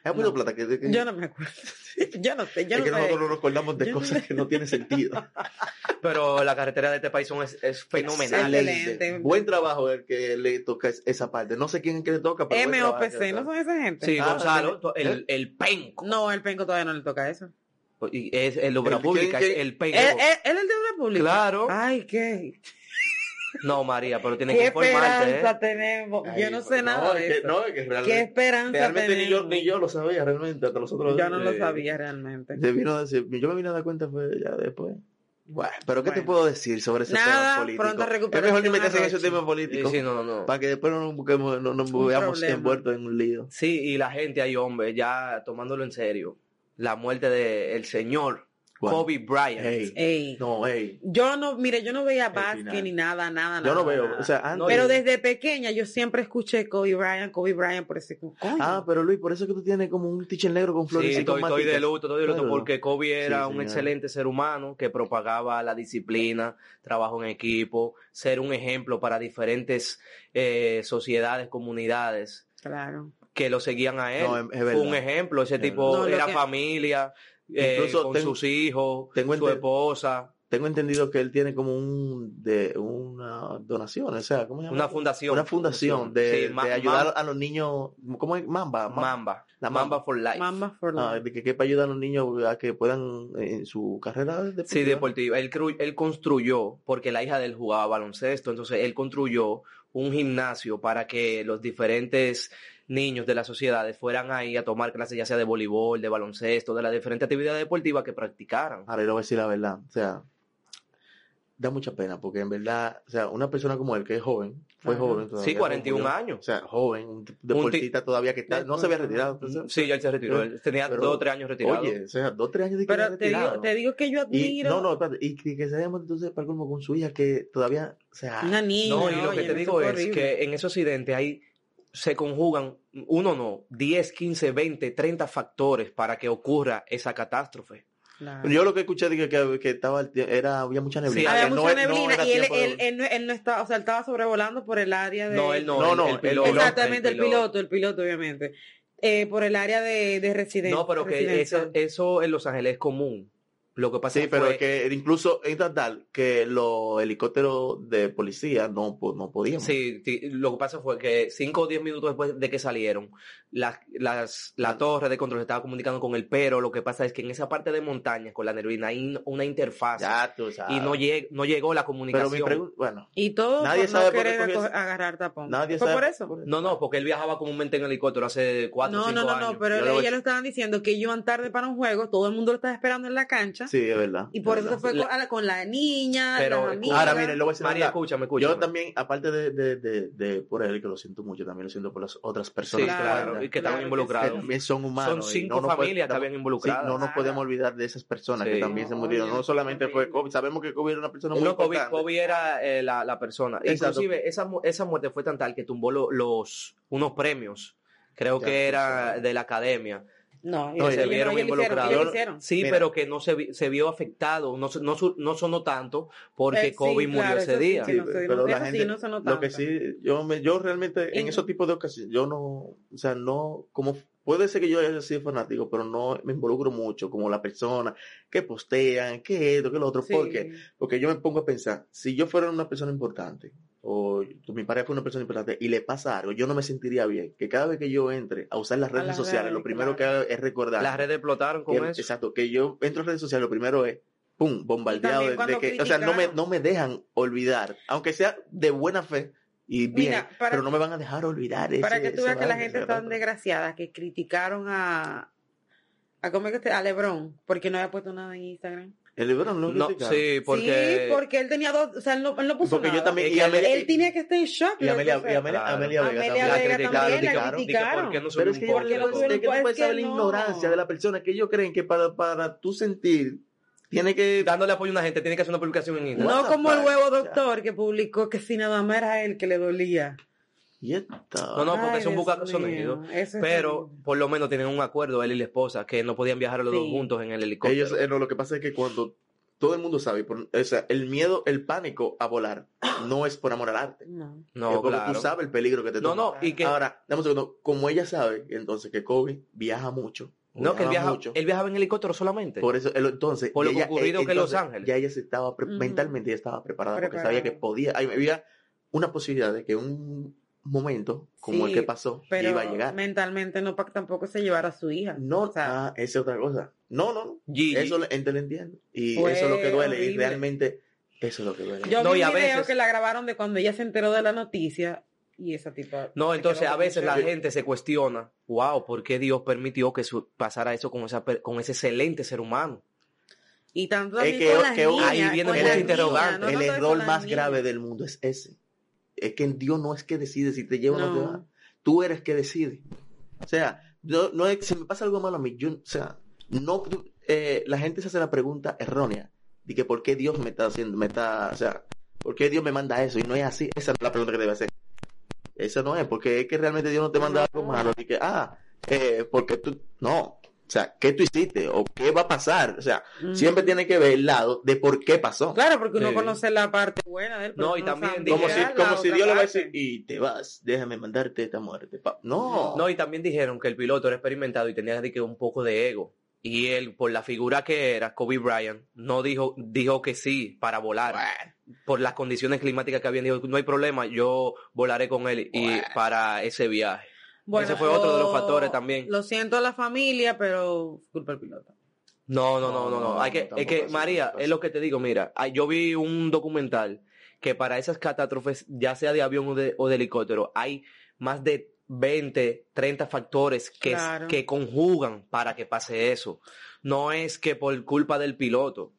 Speaker 2: Es a Puerto
Speaker 3: No.
Speaker 2: Plata. Que, que-
Speaker 3: Yo no me acuerdo. *laughs* Yo no sé, yo
Speaker 2: es
Speaker 3: no
Speaker 2: que
Speaker 3: sé.
Speaker 2: nosotros no nos acordamos de
Speaker 3: Yo no
Speaker 2: cosas que no tienen sentido.
Speaker 1: Pero la carretera de este país son, es, es fenomenal.
Speaker 3: *laughs* Excelente.
Speaker 2: Buen trabajo el que le toca es- esa parte. No sé quién es que le toca, pero. buen trabajo,
Speaker 3: MOPC, ¿no son esa gente?
Speaker 1: Sí,
Speaker 2: Ah,
Speaker 1: Gonzalo,
Speaker 2: sí.
Speaker 1: el, el penco.
Speaker 3: No, el penco todavía no le toca eso.
Speaker 1: Y es el obra
Speaker 2: El-
Speaker 1: pública,
Speaker 2: ¿quién-
Speaker 1: es el penco.
Speaker 3: ¿Él, él, él es el de obra pública?
Speaker 1: Claro.
Speaker 3: Ay, qué.
Speaker 1: No, María, pero tienes
Speaker 3: ¿Qué
Speaker 1: que informarte,
Speaker 3: esperanza
Speaker 1: ¿eh?
Speaker 3: tenemos?
Speaker 2: Ahí,
Speaker 3: yo no sé
Speaker 2: pues, no,
Speaker 3: nada
Speaker 2: es
Speaker 3: de
Speaker 2: que-
Speaker 3: eso.
Speaker 2: No, es que realmente,
Speaker 3: ¿Qué esperanza
Speaker 2: realmente ni, yo,
Speaker 3: tenemos?
Speaker 2: ni yo lo sabía, realmente, hasta los otros
Speaker 3: Yo no lo
Speaker 2: eh,
Speaker 3: sabía realmente.
Speaker 2: te vino a decir- yo me vine a dar cuenta fue ya después. Bueno, pero ¿qué te
Speaker 3: Bueno.
Speaker 2: puedo decir sobre ese
Speaker 3: Nada,
Speaker 2: tema político?
Speaker 3: pronta
Speaker 2: es mejor ni
Speaker 3: recuperación,
Speaker 2: meterse en ese
Speaker 3: Arrochi.
Speaker 2: tema político.
Speaker 1: Sí, sí, no, no.
Speaker 2: Para que después no nos, busquemos, no nos
Speaker 3: Un
Speaker 2: veamos
Speaker 3: problema.
Speaker 2: envueltos en un lío.
Speaker 1: Sí, y la gente ahí, hombre, ya tomándolo en serio. La muerte del señor
Speaker 2: Bueno,
Speaker 1: Kobe Bryant.
Speaker 2: ey,
Speaker 3: Ey.
Speaker 2: No, ey.
Speaker 3: Yo no, mire, yo no veía básquet
Speaker 2: final.
Speaker 3: ni nada, nada, nada.
Speaker 2: Yo no veo.
Speaker 3: nada.
Speaker 2: O sea, antes.
Speaker 3: pero desde pequeña yo siempre escuché Kobe Bryant, Kobe Bryant, por ese coño.
Speaker 2: Ah, pero Luis, por eso es que tú tienes como un tiche negro con flores
Speaker 1: Sí,
Speaker 2: y
Speaker 1: estoy,
Speaker 2: con
Speaker 1: estoy de
Speaker 2: maticas.
Speaker 1: luto, estoy de luto,
Speaker 2: Claro.
Speaker 1: porque Kobe era un
Speaker 2: señor.
Speaker 1: excelente ser humano que propagaba la disciplina, trabajo en equipo, ser un ejemplo para diferentes eh, sociedades, comunidades
Speaker 3: claro.
Speaker 1: que lo seguían a él.
Speaker 2: No, es- es
Speaker 1: Fue un
Speaker 2: verdad.
Speaker 1: ejemplo, ese
Speaker 2: Es
Speaker 1: tipo
Speaker 3: verdad. No, lo
Speaker 1: era
Speaker 3: que-
Speaker 1: familia, eh,
Speaker 2: Incluso
Speaker 1: con
Speaker 2: tengo-
Speaker 1: sus hijos,
Speaker 2: tengo
Speaker 1: su
Speaker 2: ente-
Speaker 1: esposa,
Speaker 2: Tengo entendido que él tiene como un de una donación, o sea, ¿cómo se llama?
Speaker 1: una fundación.
Speaker 2: Una fundación de,
Speaker 1: Sí, Ma-
Speaker 2: de ayudar
Speaker 1: Mamba-
Speaker 2: a los niños, ¿cómo es? Mamba.
Speaker 1: Mamba, la
Speaker 2: La Mamba.
Speaker 1: Mamba, for Life.
Speaker 3: Mamba for
Speaker 2: Ah,
Speaker 3: life.
Speaker 2: de que, que para ayudar a los niños a que puedan eh, en su carrera deportiva.
Speaker 1: Sí, deportiva. Él, cru- él construyó, porque la hija de él jugaba baloncesto, entonces él construyó un gimnasio para que los diferentes niños de las sociedades fueran ahí a tomar clases, ya sea de voleibol, de baloncesto, de las diferentes actividades deportivas que practicaran.
Speaker 2: Ahora, yo le voy a decir la verdad, o sea, da mucha pena, porque en verdad, o sea, una persona como él, que es joven, fue
Speaker 3: Claro.
Speaker 2: joven todavía.
Speaker 1: Sí, 41
Speaker 2: no murió.
Speaker 1: años.
Speaker 2: O sea, joven, un deportista todavía que está, no se había retirado. entonces,
Speaker 1: Sí, ya él se retiró. Él tenía
Speaker 2: Pero-
Speaker 1: dos o tres años retirado.
Speaker 2: Oye, o sea, dos, tres años de que se
Speaker 3: Pero
Speaker 2: había
Speaker 3: te digo,
Speaker 2: retirado.
Speaker 3: te digo que yo
Speaker 2: Y,
Speaker 3: admiro
Speaker 2: no, no, espérate, y que, que se haya muerto entonces para el colmo con su hija que todavía, o sea,
Speaker 3: una niña.
Speaker 1: No, y lo que
Speaker 3: oye,
Speaker 1: te
Speaker 3: no,
Speaker 1: digo
Speaker 3: eso
Speaker 1: es
Speaker 3: fue horrible.
Speaker 1: que en ese accidente ahí se conjugan, uno no, 10, 15, 20, 30 factores para que ocurra esa catástrofe.
Speaker 3: Claro.
Speaker 2: yo lo que escuché de que, que, que estaba, el tie- era, había mucha neblina.
Speaker 1: Sí,
Speaker 3: Había
Speaker 2: que no
Speaker 3: mucha
Speaker 2: e- no
Speaker 3: neblina
Speaker 2: era
Speaker 3: y él,
Speaker 2: tiempo de-
Speaker 3: él, él no, él no estaba, o sea, él estaba sobrevolando por el área de...
Speaker 1: No, él no,
Speaker 2: No,
Speaker 1: el-
Speaker 2: no,
Speaker 1: el
Speaker 2: el
Speaker 1: piloto.
Speaker 3: Exactamente, el piloto, el piloto, obviamente. Eh, por el área de, de residen-
Speaker 1: No, pero que
Speaker 3: residencia.
Speaker 1: eso, eso en Los Ángeles es común. Lo que pasa
Speaker 2: Sí, pero
Speaker 1: fue-
Speaker 2: es que incluso en tal que los helicópteros de policía no, po- no podían.
Speaker 1: Sí, ti- lo que pasa fue que 5 o 10 minutos después de que salieron, las, las, la
Speaker 2: Claro.
Speaker 1: torre de control se estaba comunicando con el pero. Lo que pasa es que en esa parte de montaña con la neblina hay in- una interfaz
Speaker 2: Ya, tú sabes.
Speaker 1: y no, lleg- no llegó la
Speaker 2: Pero
Speaker 1: comunicación.
Speaker 2: mi pregunta, bueno,
Speaker 3: Y todo
Speaker 2: Nadie
Speaker 3: por
Speaker 2: sabe
Speaker 3: no
Speaker 2: por qué
Speaker 3: querer
Speaker 2: cogió
Speaker 3: aco-
Speaker 2: ese-
Speaker 3: agarrar tapón.
Speaker 2: nadie
Speaker 3: ¿Fue
Speaker 2: sabe
Speaker 3: por eso?
Speaker 1: No, no, porque él viajaba comúnmente en helicóptero hace 4 o
Speaker 3: No,
Speaker 1: 5
Speaker 3: no,
Speaker 1: años.
Speaker 3: no, no, pero
Speaker 2: Yo le voy a
Speaker 3: ellos
Speaker 2: echar-
Speaker 3: lo estaban diciendo que iban tarde para un juego, todo el mundo lo estaba esperando en la cancha.
Speaker 2: Sí, es verdad.
Speaker 3: Y
Speaker 2: es
Speaker 3: por eso
Speaker 2: verdad.
Speaker 3: se fue
Speaker 1: La-
Speaker 3: con, a la- con la niña,
Speaker 1: Pero,
Speaker 3: las
Speaker 1: escucha,
Speaker 3: amigas.
Speaker 2: Ahora, mire, lo voy a decir la
Speaker 1: María,
Speaker 2: verdad.
Speaker 1: escúchame, escúchame.
Speaker 2: Yo también, aparte de, de, de, de por él, que lo siento mucho, también lo siento por las otras
Speaker 1: Sí,
Speaker 2: personas
Speaker 3: Claro,
Speaker 1: claro, y que estaban
Speaker 3: claro que
Speaker 2: que
Speaker 1: involucrados.
Speaker 2: también son humanos.
Speaker 1: Son
Speaker 2: y
Speaker 1: cinco
Speaker 2: no nos puede-
Speaker 1: familias que habían
Speaker 2: Sí,
Speaker 1: involucradas.
Speaker 2: no nos podemos olvidar de esas personas que
Speaker 1: Sí.
Speaker 2: también se
Speaker 3: No,
Speaker 2: murieron.
Speaker 3: oye,
Speaker 2: No solamente fue Kobe, sabemos que Kobe era una persona muy
Speaker 1: No, Kobe,
Speaker 2: importante.
Speaker 1: Kobe era eh, la, la persona.
Speaker 2: Exacto.
Speaker 1: Inclusive, esa, mu- esa muerte fue tan tal que tumbó lo- los, unos premios, creo
Speaker 2: Ya,
Speaker 1: que
Speaker 2: tú
Speaker 1: era
Speaker 2: sabes.
Speaker 1: de la academia.
Speaker 3: No, y
Speaker 2: No,
Speaker 3: ellos-
Speaker 2: se
Speaker 3: ellos
Speaker 1: vieron
Speaker 3: no, ellos lo hicieron,
Speaker 1: involucrados.
Speaker 3: ellos lo hicieron.
Speaker 1: Sí,
Speaker 2: Mira.
Speaker 1: pero que no se, vi- se vio afectado, no, se- no, su- no sonó tanto porque
Speaker 3: Eh, sí,
Speaker 1: Kobe murió
Speaker 3: claro,
Speaker 1: ese
Speaker 3: eso sí,
Speaker 1: día.
Speaker 3: que no se-
Speaker 2: pero
Speaker 3: no-
Speaker 2: la
Speaker 3: eso sí,
Speaker 2: gente-
Speaker 3: no se nota
Speaker 2: Lo que
Speaker 3: tanto.
Speaker 2: sí, yo, me, yo realmente en
Speaker 3: Y-
Speaker 2: esos tipos de ocasiones, yo no, o sea, no, como puede ser que yo haya sido fanático, pero no me involucro mucho, como la persona que postean, que esto, que lo otro,
Speaker 3: Sí.
Speaker 2: porque Porque yo me pongo a pensar, si yo fuera una persona importante, o mi pareja fuera una persona importante, y le pasa algo, yo no me sentiría bien. Que cada vez que yo entre a usar las redes
Speaker 3: las
Speaker 2: sociales,
Speaker 3: redes,
Speaker 2: lo primero
Speaker 3: claro.
Speaker 2: que hago es recordar.
Speaker 1: Las redes explotaron con
Speaker 2: que-
Speaker 1: eso.
Speaker 2: Exacto, que yo entro a redes sociales, lo primero es, pum, bombardeado.
Speaker 3: Y también
Speaker 2: De,
Speaker 3: cuando
Speaker 2: de que, o sea, no me,
Speaker 3: criticaron.
Speaker 2: no me dejan olvidar, aunque sea de buena fe y bien,
Speaker 3: Mira, para-
Speaker 2: pero no me van a dejar olvidar
Speaker 3: Para
Speaker 2: ese-
Speaker 3: que tú
Speaker 2: ese
Speaker 3: veas que la
Speaker 2: vaina,
Speaker 3: gente
Speaker 2: esa
Speaker 3: es tan
Speaker 2: otra.
Speaker 3: desgraciada que criticaron a. ¿A cómo es que usted? A Lebron, porque no había puesto nada en Instagram.
Speaker 2: El libro no lo
Speaker 1: No,
Speaker 2: criticaron.
Speaker 1: sí, porque...
Speaker 3: Sí, porque él tenía dos. O sea, él no, él no puso
Speaker 2: Porque yo
Speaker 3: nada.
Speaker 2: también-
Speaker 1: Es
Speaker 2: y
Speaker 1: que
Speaker 2: Amelia-
Speaker 3: Él tenía que estar en shock.
Speaker 2: Y
Speaker 3: loco,
Speaker 2: Amelia,
Speaker 3: o sea,
Speaker 2: y Amelia,
Speaker 1: Claro.
Speaker 2: Amelia Vega
Speaker 3: Amelia
Speaker 2: también.
Speaker 1: la
Speaker 3: Vega
Speaker 1: criticaron,
Speaker 3: también, la
Speaker 1: criticaron, di que
Speaker 3: criticaron.
Speaker 1: ¿por qué no
Speaker 2: Pero
Speaker 1: subió
Speaker 2: es que
Speaker 1: un
Speaker 2: yo
Speaker 1: post?
Speaker 3: Porque
Speaker 2: creo
Speaker 3: no
Speaker 1: loco?
Speaker 2: que
Speaker 3: tuvieron-
Speaker 2: es que tú
Speaker 3: es
Speaker 2: puedes
Speaker 3: que
Speaker 2: saber la
Speaker 3: no.
Speaker 2: ignorancia de la persona que ellos creen que para, para tú sentir tiene que
Speaker 1: dándole apoyo a una gente tiene que hacer una publicación en Instagram.
Speaker 2: What
Speaker 3: No
Speaker 2: the
Speaker 3: como el
Speaker 2: fuck?
Speaker 3: huevo
Speaker 2: O sea,
Speaker 3: doctor que publicó que si nada más era él que le dolía.
Speaker 2: y esta-
Speaker 1: No, no, porque
Speaker 3: Ay,
Speaker 1: son
Speaker 3: Dios
Speaker 1: bucacos
Speaker 3: mío,
Speaker 1: sonidos.
Speaker 3: eso es
Speaker 1: Pero
Speaker 3: terrible.
Speaker 1: por lo menos tienen un acuerdo él y la esposa que no podían viajar los
Speaker 3: Sí.
Speaker 1: dos juntos en el helicóptero.
Speaker 2: ellos eh, no, lo que pasa es que cuando todo el mundo sabe, por- o sea, el miedo, el pánico a volar no es por amor al arte,
Speaker 3: No.
Speaker 2: es
Speaker 1: no,
Speaker 2: eh, porque
Speaker 1: claro.
Speaker 2: tú sabes el peligro que te
Speaker 1: no,
Speaker 2: toma.
Speaker 1: no, y que
Speaker 2: Ahora, dame un segundo, como ella sabe, entonces que Kobe viaja mucho,
Speaker 1: no que él, viaja-
Speaker 2: mucho,
Speaker 1: él viajaba en helicóptero solamente.
Speaker 2: por eso él- entonces
Speaker 1: Por lo
Speaker 2: y
Speaker 1: que ocurrido que en Los Ángeles.
Speaker 2: ya ella se estaba pre-
Speaker 3: Ujú.
Speaker 2: mentalmente ya estaba preparada, porque
Speaker 3: Preparada.
Speaker 2: sabía que podía, ahí había una posibilidad de que un momento como el
Speaker 3: Sí,
Speaker 2: que pasó
Speaker 3: Pero
Speaker 2: iba a llegar.
Speaker 3: mentalmente no pa- tampoco se llevara a su hija.
Speaker 2: No,
Speaker 3: O sea,
Speaker 2: ah, esa es otra cosa. No, no, no.
Speaker 1: Gigi,
Speaker 2: Eso lo- él te lo entiende. Y
Speaker 3: Fue
Speaker 2: eso es lo que duele. Y
Speaker 3: horrible.
Speaker 2: realmente Eso es lo que veo.
Speaker 3: Yo
Speaker 1: No,
Speaker 3: vi
Speaker 1: y a
Speaker 3: un video
Speaker 1: veces-
Speaker 3: que la grabaron de cuando ella se enteró de la noticia y esa tipa.
Speaker 1: No,
Speaker 3: se
Speaker 1: entonces
Speaker 3: quedó
Speaker 1: a veces la
Speaker 3: mucho-
Speaker 1: gente se cuestiona, wow, ¿por qué Dios permitió que su- pasara eso con, esa, per- con ese excelente ser humano?
Speaker 3: Y tanto
Speaker 2: Es
Speaker 3: así
Speaker 2: que-
Speaker 3: con las
Speaker 2: que- ahí
Speaker 3: niñas,
Speaker 1: viene
Speaker 3: con
Speaker 1: mucho
Speaker 3: las
Speaker 1: interrogante.
Speaker 3: niñas, no
Speaker 2: el
Speaker 3: tanto con
Speaker 2: error
Speaker 3: las
Speaker 2: más
Speaker 3: niñas.
Speaker 2: grave del mundo es ese. Es que en Dios no es que decide si te lleva o no te
Speaker 3: No.
Speaker 2: va. Tú eres que decide. O sea, yo- no es, si me pasa algo malo a mí, yo, o sea, no, tú- eh, la gente se hace la pregunta errónea de que por qué Dios me está haciendo, me está, o sea, por qué Dios me manda eso y no es así. Esa no es la pregunta que debe hacer. Esa no es, porque es que realmente Dios no te manda algo malo. Y que, ah, eh, porque tú, no. O sea, ¿qué tú hiciste? ¿O qué va a pasar? O sea,
Speaker 3: Mm.
Speaker 2: siempre tiene que ver el lado de por qué pasó.
Speaker 3: Claro, porque uno
Speaker 1: Sí.
Speaker 3: conoce la parte buena del
Speaker 1: No, y también
Speaker 2: Como si,
Speaker 1: Literal,
Speaker 2: como si Dios le va a decir, y te vas, déjame mandarte esta muerte. pa-". No.
Speaker 1: No, y también dijeron que el piloto era experimentado y tenía de que un poco de ego. Y él, por la figura que era, Kobe Bryant, no dijo, dijo que sí para volar. Por las condiciones climáticas que habían, dijo, no hay problema, yo volaré con él y
Speaker 2: Bueno.
Speaker 1: para ese viaje. Ese fue otro de los factores también.
Speaker 3: Lo siento a la familia, pero culpa el piloto.
Speaker 1: No, no,
Speaker 2: No,
Speaker 1: no, no,
Speaker 2: no,
Speaker 1: no. Hay que,
Speaker 2: tampoco
Speaker 1: es que,
Speaker 2: así,
Speaker 1: María,
Speaker 2: tampoco
Speaker 1: es lo que te digo, mira, ah, yo vi un documental que para esas catástrofes, ya sea de avión o de, o de helicóptero, hay más de 20, 30 factores que, es-
Speaker 3: Claro.
Speaker 1: que conjugan para que pase eso. No es que por culpa del piloto.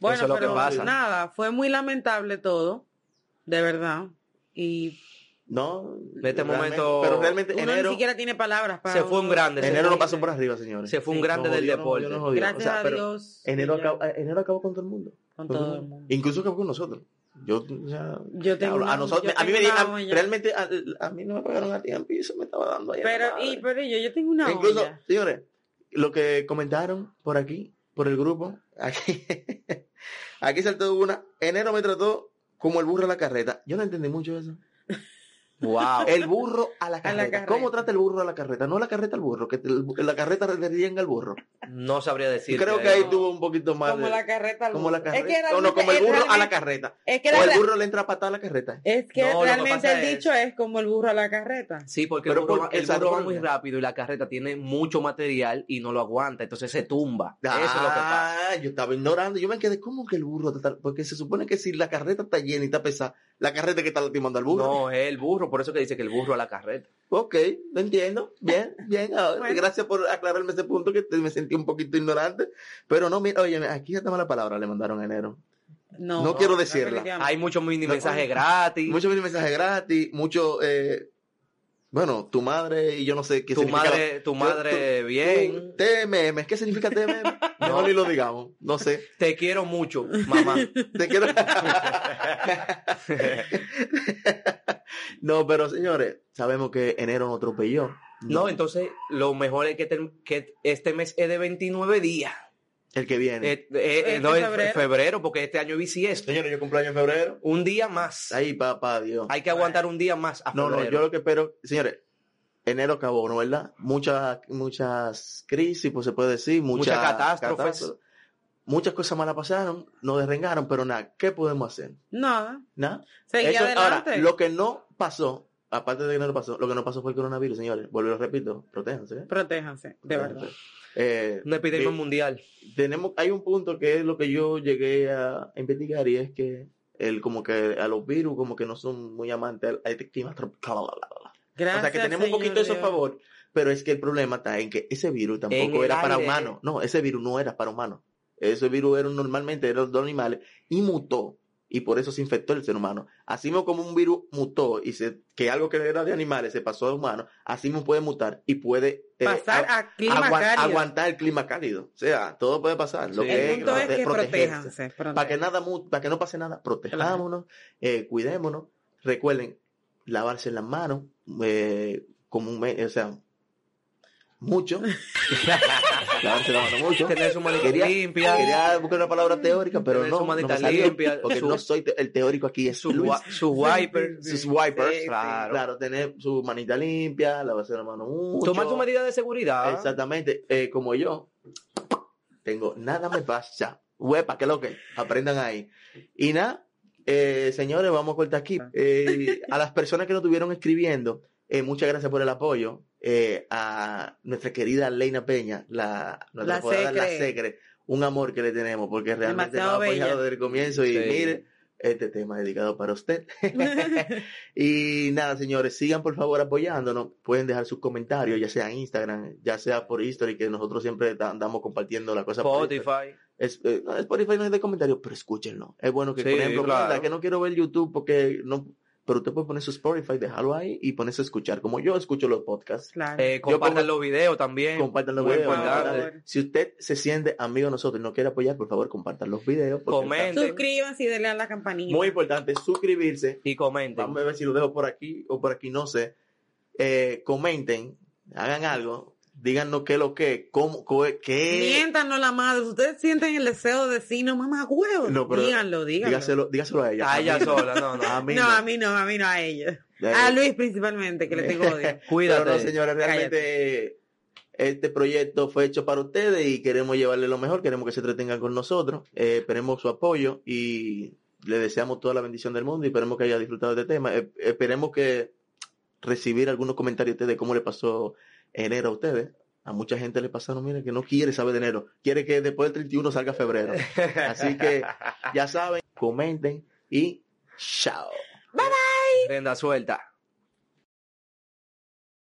Speaker 3: Bueno,
Speaker 1: Eso es lo que
Speaker 3: pero
Speaker 1: pasa.
Speaker 3: nada, fue muy lamentable todo, de verdad. Y
Speaker 2: No.
Speaker 1: En este
Speaker 2: realmente-
Speaker 1: momento-
Speaker 2: Pero realmente
Speaker 3: uno
Speaker 2: enero,
Speaker 3: ni siquiera tiene palabras para.
Speaker 1: Se fue un
Speaker 3: uno-
Speaker 1: grande, se
Speaker 2: enero lo pasó por arriba, señores.
Speaker 1: Se fue un
Speaker 2: Sí,
Speaker 1: grande
Speaker 2: nos
Speaker 1: del
Speaker 2: jodió, nos jodió,
Speaker 1: deporte.
Speaker 2: nos jodió.
Speaker 3: Gracias
Speaker 2: O sea,
Speaker 3: a
Speaker 2: pero
Speaker 3: Dios.
Speaker 2: Enero
Speaker 3: y ya,
Speaker 2: acabó, enero acabó con todo el mundo.
Speaker 3: Con todo el mundo.
Speaker 2: Incluso acabó con nosotros. Yo, o sea,
Speaker 3: Yo tengo.
Speaker 2: hablo-
Speaker 3: una-
Speaker 2: a nosotros,
Speaker 3: yo
Speaker 2: a mí
Speaker 3: tengo
Speaker 2: me di-
Speaker 3: una
Speaker 2: a-
Speaker 3: olla.
Speaker 2: realmente a, a mí no me pagaron a tiempo y eso me estaba dando ahí. en la
Speaker 3: Pero, y,
Speaker 2: madre.
Speaker 3: pero yo, yo tengo una.
Speaker 2: Incluso,
Speaker 3: olla.
Speaker 2: señores, lo que comentaron por aquí, por el grupo, aquí, *laughs* aquí saltó una. Enero me trató como el burro a la carreta. Yo no entendí mucho eso. *laughs*
Speaker 1: Wow.
Speaker 2: El burro a la carreta.
Speaker 3: carreta.
Speaker 2: ¿Cómo trata el burro a la carreta? No la carreta al burro, que te- la carreta le rienga al burro.
Speaker 1: No sabría decir.
Speaker 2: Creo que ahí tuvo un poquito más
Speaker 3: Como
Speaker 2: de-
Speaker 3: la carreta. al
Speaker 2: como la
Speaker 3: burro.
Speaker 2: carreta.
Speaker 3: Es que
Speaker 2: o no, como el
Speaker 3: realmente-
Speaker 2: burro a la
Speaker 3: realmente-
Speaker 2: carreta.
Speaker 3: Es que,
Speaker 2: O
Speaker 3: la-
Speaker 2: el burro le entra a patada a la carreta.
Speaker 3: es que
Speaker 1: No, lo que
Speaker 3: realmente
Speaker 1: pasa
Speaker 3: el
Speaker 1: es-
Speaker 3: dicho es como el burro a la carreta.
Speaker 1: Sí, porque el
Speaker 2: Pero
Speaker 1: burro, va-
Speaker 2: porque
Speaker 1: el
Speaker 2: el salto
Speaker 1: burro va
Speaker 2: por-
Speaker 1: muy rápido y la carreta tiene mucho material y no lo aguanta, entonces se tumba. Eso es lo que pasa.
Speaker 2: Ah, yo estaba ignorando. Yo me quedé, ¿cómo que el burro? trata- Porque se supone que si la carreta está llena y está pesada, la carreta que está lastimando al burro.
Speaker 1: No, es el burro, por eso que dice que el burro a la carreta.
Speaker 2: Ok, lo entiendo. Bien, bien.
Speaker 1: *laughs*
Speaker 2: ahora,
Speaker 3: Bueno.
Speaker 2: Gracias por aclararme ese punto que te- me sentí un poquito ignorante. Pero no, mira, oye, aquí esta mala palabra le mandaron a enero.
Speaker 3: No,
Speaker 2: No quiero decirla.
Speaker 3: definitivamente.
Speaker 1: Hay muchos mini
Speaker 2: No,
Speaker 1: mensajes
Speaker 2: coño.
Speaker 1: gratis.
Speaker 2: Muchos mensajes gratis, mucho, eh, bueno, tu madre y yo no sé qué
Speaker 1: tu
Speaker 2: significa.
Speaker 1: madre, tu madre bien.
Speaker 2: TMM, ¿qué
Speaker 1: *laughs*
Speaker 2: significa TMM? No, ni lo digamos, no sé.
Speaker 1: Te quiero mucho,
Speaker 2: *laughs*
Speaker 1: mamá.
Speaker 2: Te
Speaker 1: *laughs*
Speaker 2: quiero. no, pero señores, sabemos que enero nos atropelló.
Speaker 1: No, entonces lo mejor es que, te- que este mes es de 29 días.
Speaker 2: El que viene.
Speaker 1: Eh, eh,
Speaker 3: Este
Speaker 1: no es
Speaker 3: febrero.
Speaker 1: febrero. porque este año es bisiesto.
Speaker 2: Señores, yo cumpleaños en febrero.
Speaker 1: Un día más.
Speaker 2: Ahí, papá, Dios.
Speaker 1: Hay que aguantar un día más a
Speaker 2: No, no,
Speaker 1: febrero.
Speaker 2: yo lo que espero, señores, enero acabó, ¿no? ¿Verdad? Muchas, muchas crisis, pues se puede decir, muchas
Speaker 1: Muchas catástrofes.
Speaker 2: catástrofes. Muchas cosas malas pasaron, nos derrengaron, pero nada, ¿qué podemos hacer?
Speaker 3: Nada.
Speaker 2: Nada.
Speaker 3: Seguí
Speaker 2: Eso-
Speaker 3: adelante.
Speaker 2: ahora, lo que no pasó, aparte de que no lo pasó, lo que no pasó fue el coronavirus, señores. Vuelvo y lo repito, protéjanse. ¿eh?
Speaker 3: Protéjanse, de verdad.
Speaker 2: Protéjanse. Eh,
Speaker 1: Una epidemia
Speaker 2: vi-
Speaker 1: mundial.
Speaker 2: tenemos, hay un punto que es lo que yo llegué a investigar y es que el como que a los virus como que no son muy amantes al- al clima tropical. bla, bla, bla, bla.
Speaker 3: Gracias.
Speaker 2: o sea que tenemos un
Speaker 3: señor
Speaker 2: poquito de eso a
Speaker 3: Dios.
Speaker 2: favor, pero es que el problema está en que ese virus
Speaker 1: En
Speaker 2: tampoco
Speaker 1: el
Speaker 2: era para
Speaker 1: aire.
Speaker 2: humanos. No, ese virus no era para humanos. Ese virus era un- normalmente era de animales y mutó y por eso se infectó el ser humano. Así mismo como un virus mutó y se, que algo que era de animales se pasó a humanos, así mismo puede mutar y puede eh,
Speaker 3: Pasar
Speaker 2: a-
Speaker 3: a clima
Speaker 2: agua-
Speaker 3: cálido.
Speaker 2: aguantar el clima cálido. O sea, todo puede pasar. Lo
Speaker 1: Sí,
Speaker 2: que
Speaker 3: El punto es
Speaker 2: prote-
Speaker 3: que
Speaker 2: protegerse.
Speaker 3: protéjanse.
Speaker 2: Para que,
Speaker 3: protéjanse.
Speaker 2: nada, mu- para que no pase nada, protejámonos, eh, cuidémonos. Recuerden lavarse las manos eh, comúnmente, o sea,
Speaker 1: *laughs*
Speaker 2: mucho. lavarse las manos mucho.
Speaker 1: Tener su manita
Speaker 2: Quería-
Speaker 1: limpia.
Speaker 2: Quería buscar una palabra teórica, pero
Speaker 1: Tener
Speaker 2: no,
Speaker 1: su
Speaker 2: no me
Speaker 1: manita
Speaker 2: salió,
Speaker 1: limpia,
Speaker 2: porque
Speaker 1: su-
Speaker 2: no soy te- el teórico aquí, es
Speaker 1: su,
Speaker 2: Luis.
Speaker 1: wa- su wiper.
Speaker 2: Sus wipers,
Speaker 1: Sí, sí.
Speaker 2: claro. tener su manita limpia, lavarse las manos mucho.
Speaker 1: Tomar tu medida de seguridad.
Speaker 3: Ah.
Speaker 2: Exactamente, eh, como yo, tengo nada me pasa. Huepa, que lo que aprendan ahí. Y nada, eh, señores, vamos a cortar aquí.
Speaker 3: Ah.
Speaker 2: Eh, a las personas que nos estuvieron escribiendo, eh, muchas gracias por el apoyo. Eh, a nuestra querida Leina Peña, la, nuestra
Speaker 3: La
Speaker 2: apodada, la
Speaker 3: Secre.
Speaker 2: Secre. un amor que le tenemos, porque realmente nos
Speaker 3: Demasiado
Speaker 2: ha apoyado
Speaker 3: bella.
Speaker 2: desde el comienzo. Y
Speaker 1: Sí.
Speaker 2: mire, este tema dedicado para usted. *laughs* Y nada, señores, sigan por favor apoyándonos. Pueden dejar sus comentarios, ya sea en Instagram, ya sea por History, que nosotros siempre ta- andamos compartiendo la cosa. por History.
Speaker 1: Spotify.
Speaker 2: Es, eh, no, Spotify no es de comentarios, pero escúchenlo. Es bueno que,
Speaker 1: Sí,
Speaker 2: por ejemplo,
Speaker 1: claro.
Speaker 2: "Mira, que no quiero ver YouTube porque no. Pero usted puede poner su Spotify, dejarlo ahí y ponerse a escuchar. Como yo escucho los podcasts,
Speaker 3: Claro.
Speaker 1: Eh, compartan los videos también.
Speaker 2: compartan los
Speaker 1: muy
Speaker 2: videos.
Speaker 1: importante.
Speaker 2: compartan. Si usted se siente amigo de nosotros y no quiere apoyar, por favor, compartan los videos. porque
Speaker 1: Comenten.
Speaker 3: Suscríbanse y denle a la
Speaker 2: está-
Speaker 3: campanita.
Speaker 2: Muy importante suscribirse.
Speaker 1: y comenten.
Speaker 2: Vamos a ver si lo dejo por aquí o por aquí, no sé. Eh, comenten, hagan algo, díganos qué es lo que, cómo, co- qué.
Speaker 3: Miéntanos la madre. Si Ustedes sienten el deseo de decirnos, mamá, huevo.
Speaker 2: No, pero-
Speaker 3: díganlo, díganlo.
Speaker 2: Dígaselo, dígaselo a ella.
Speaker 1: A Ah, ella
Speaker 2: mí no,
Speaker 1: sola, no, *laughs*
Speaker 2: A
Speaker 1: no.
Speaker 2: mí
Speaker 3: Ah, no,
Speaker 2: no.
Speaker 3: a mí no, a mí no, a ellos.
Speaker 2: Eh,
Speaker 3: A Luis principalmente, que le tengo odio.
Speaker 1: Cuídate.
Speaker 2: Pero no, señores, realmente este proyecto fue hecho para ustedes y queremos llevarle lo mejor, queremos que se entretengan con nosotros, eh, esperemos su apoyo y le deseamos toda la bendición del mundo y esperemos que haya disfrutado de este tema. Eh, esperemos que recibir algunos comentarios de ustedes de cómo le pasó enero a ustedes. A mucha gente le pasaron, miren, que no quiere saber de enero, quiere que después del 31 salga febrero. Así que ya saben, comenten y chao.
Speaker 1: Renda suelta.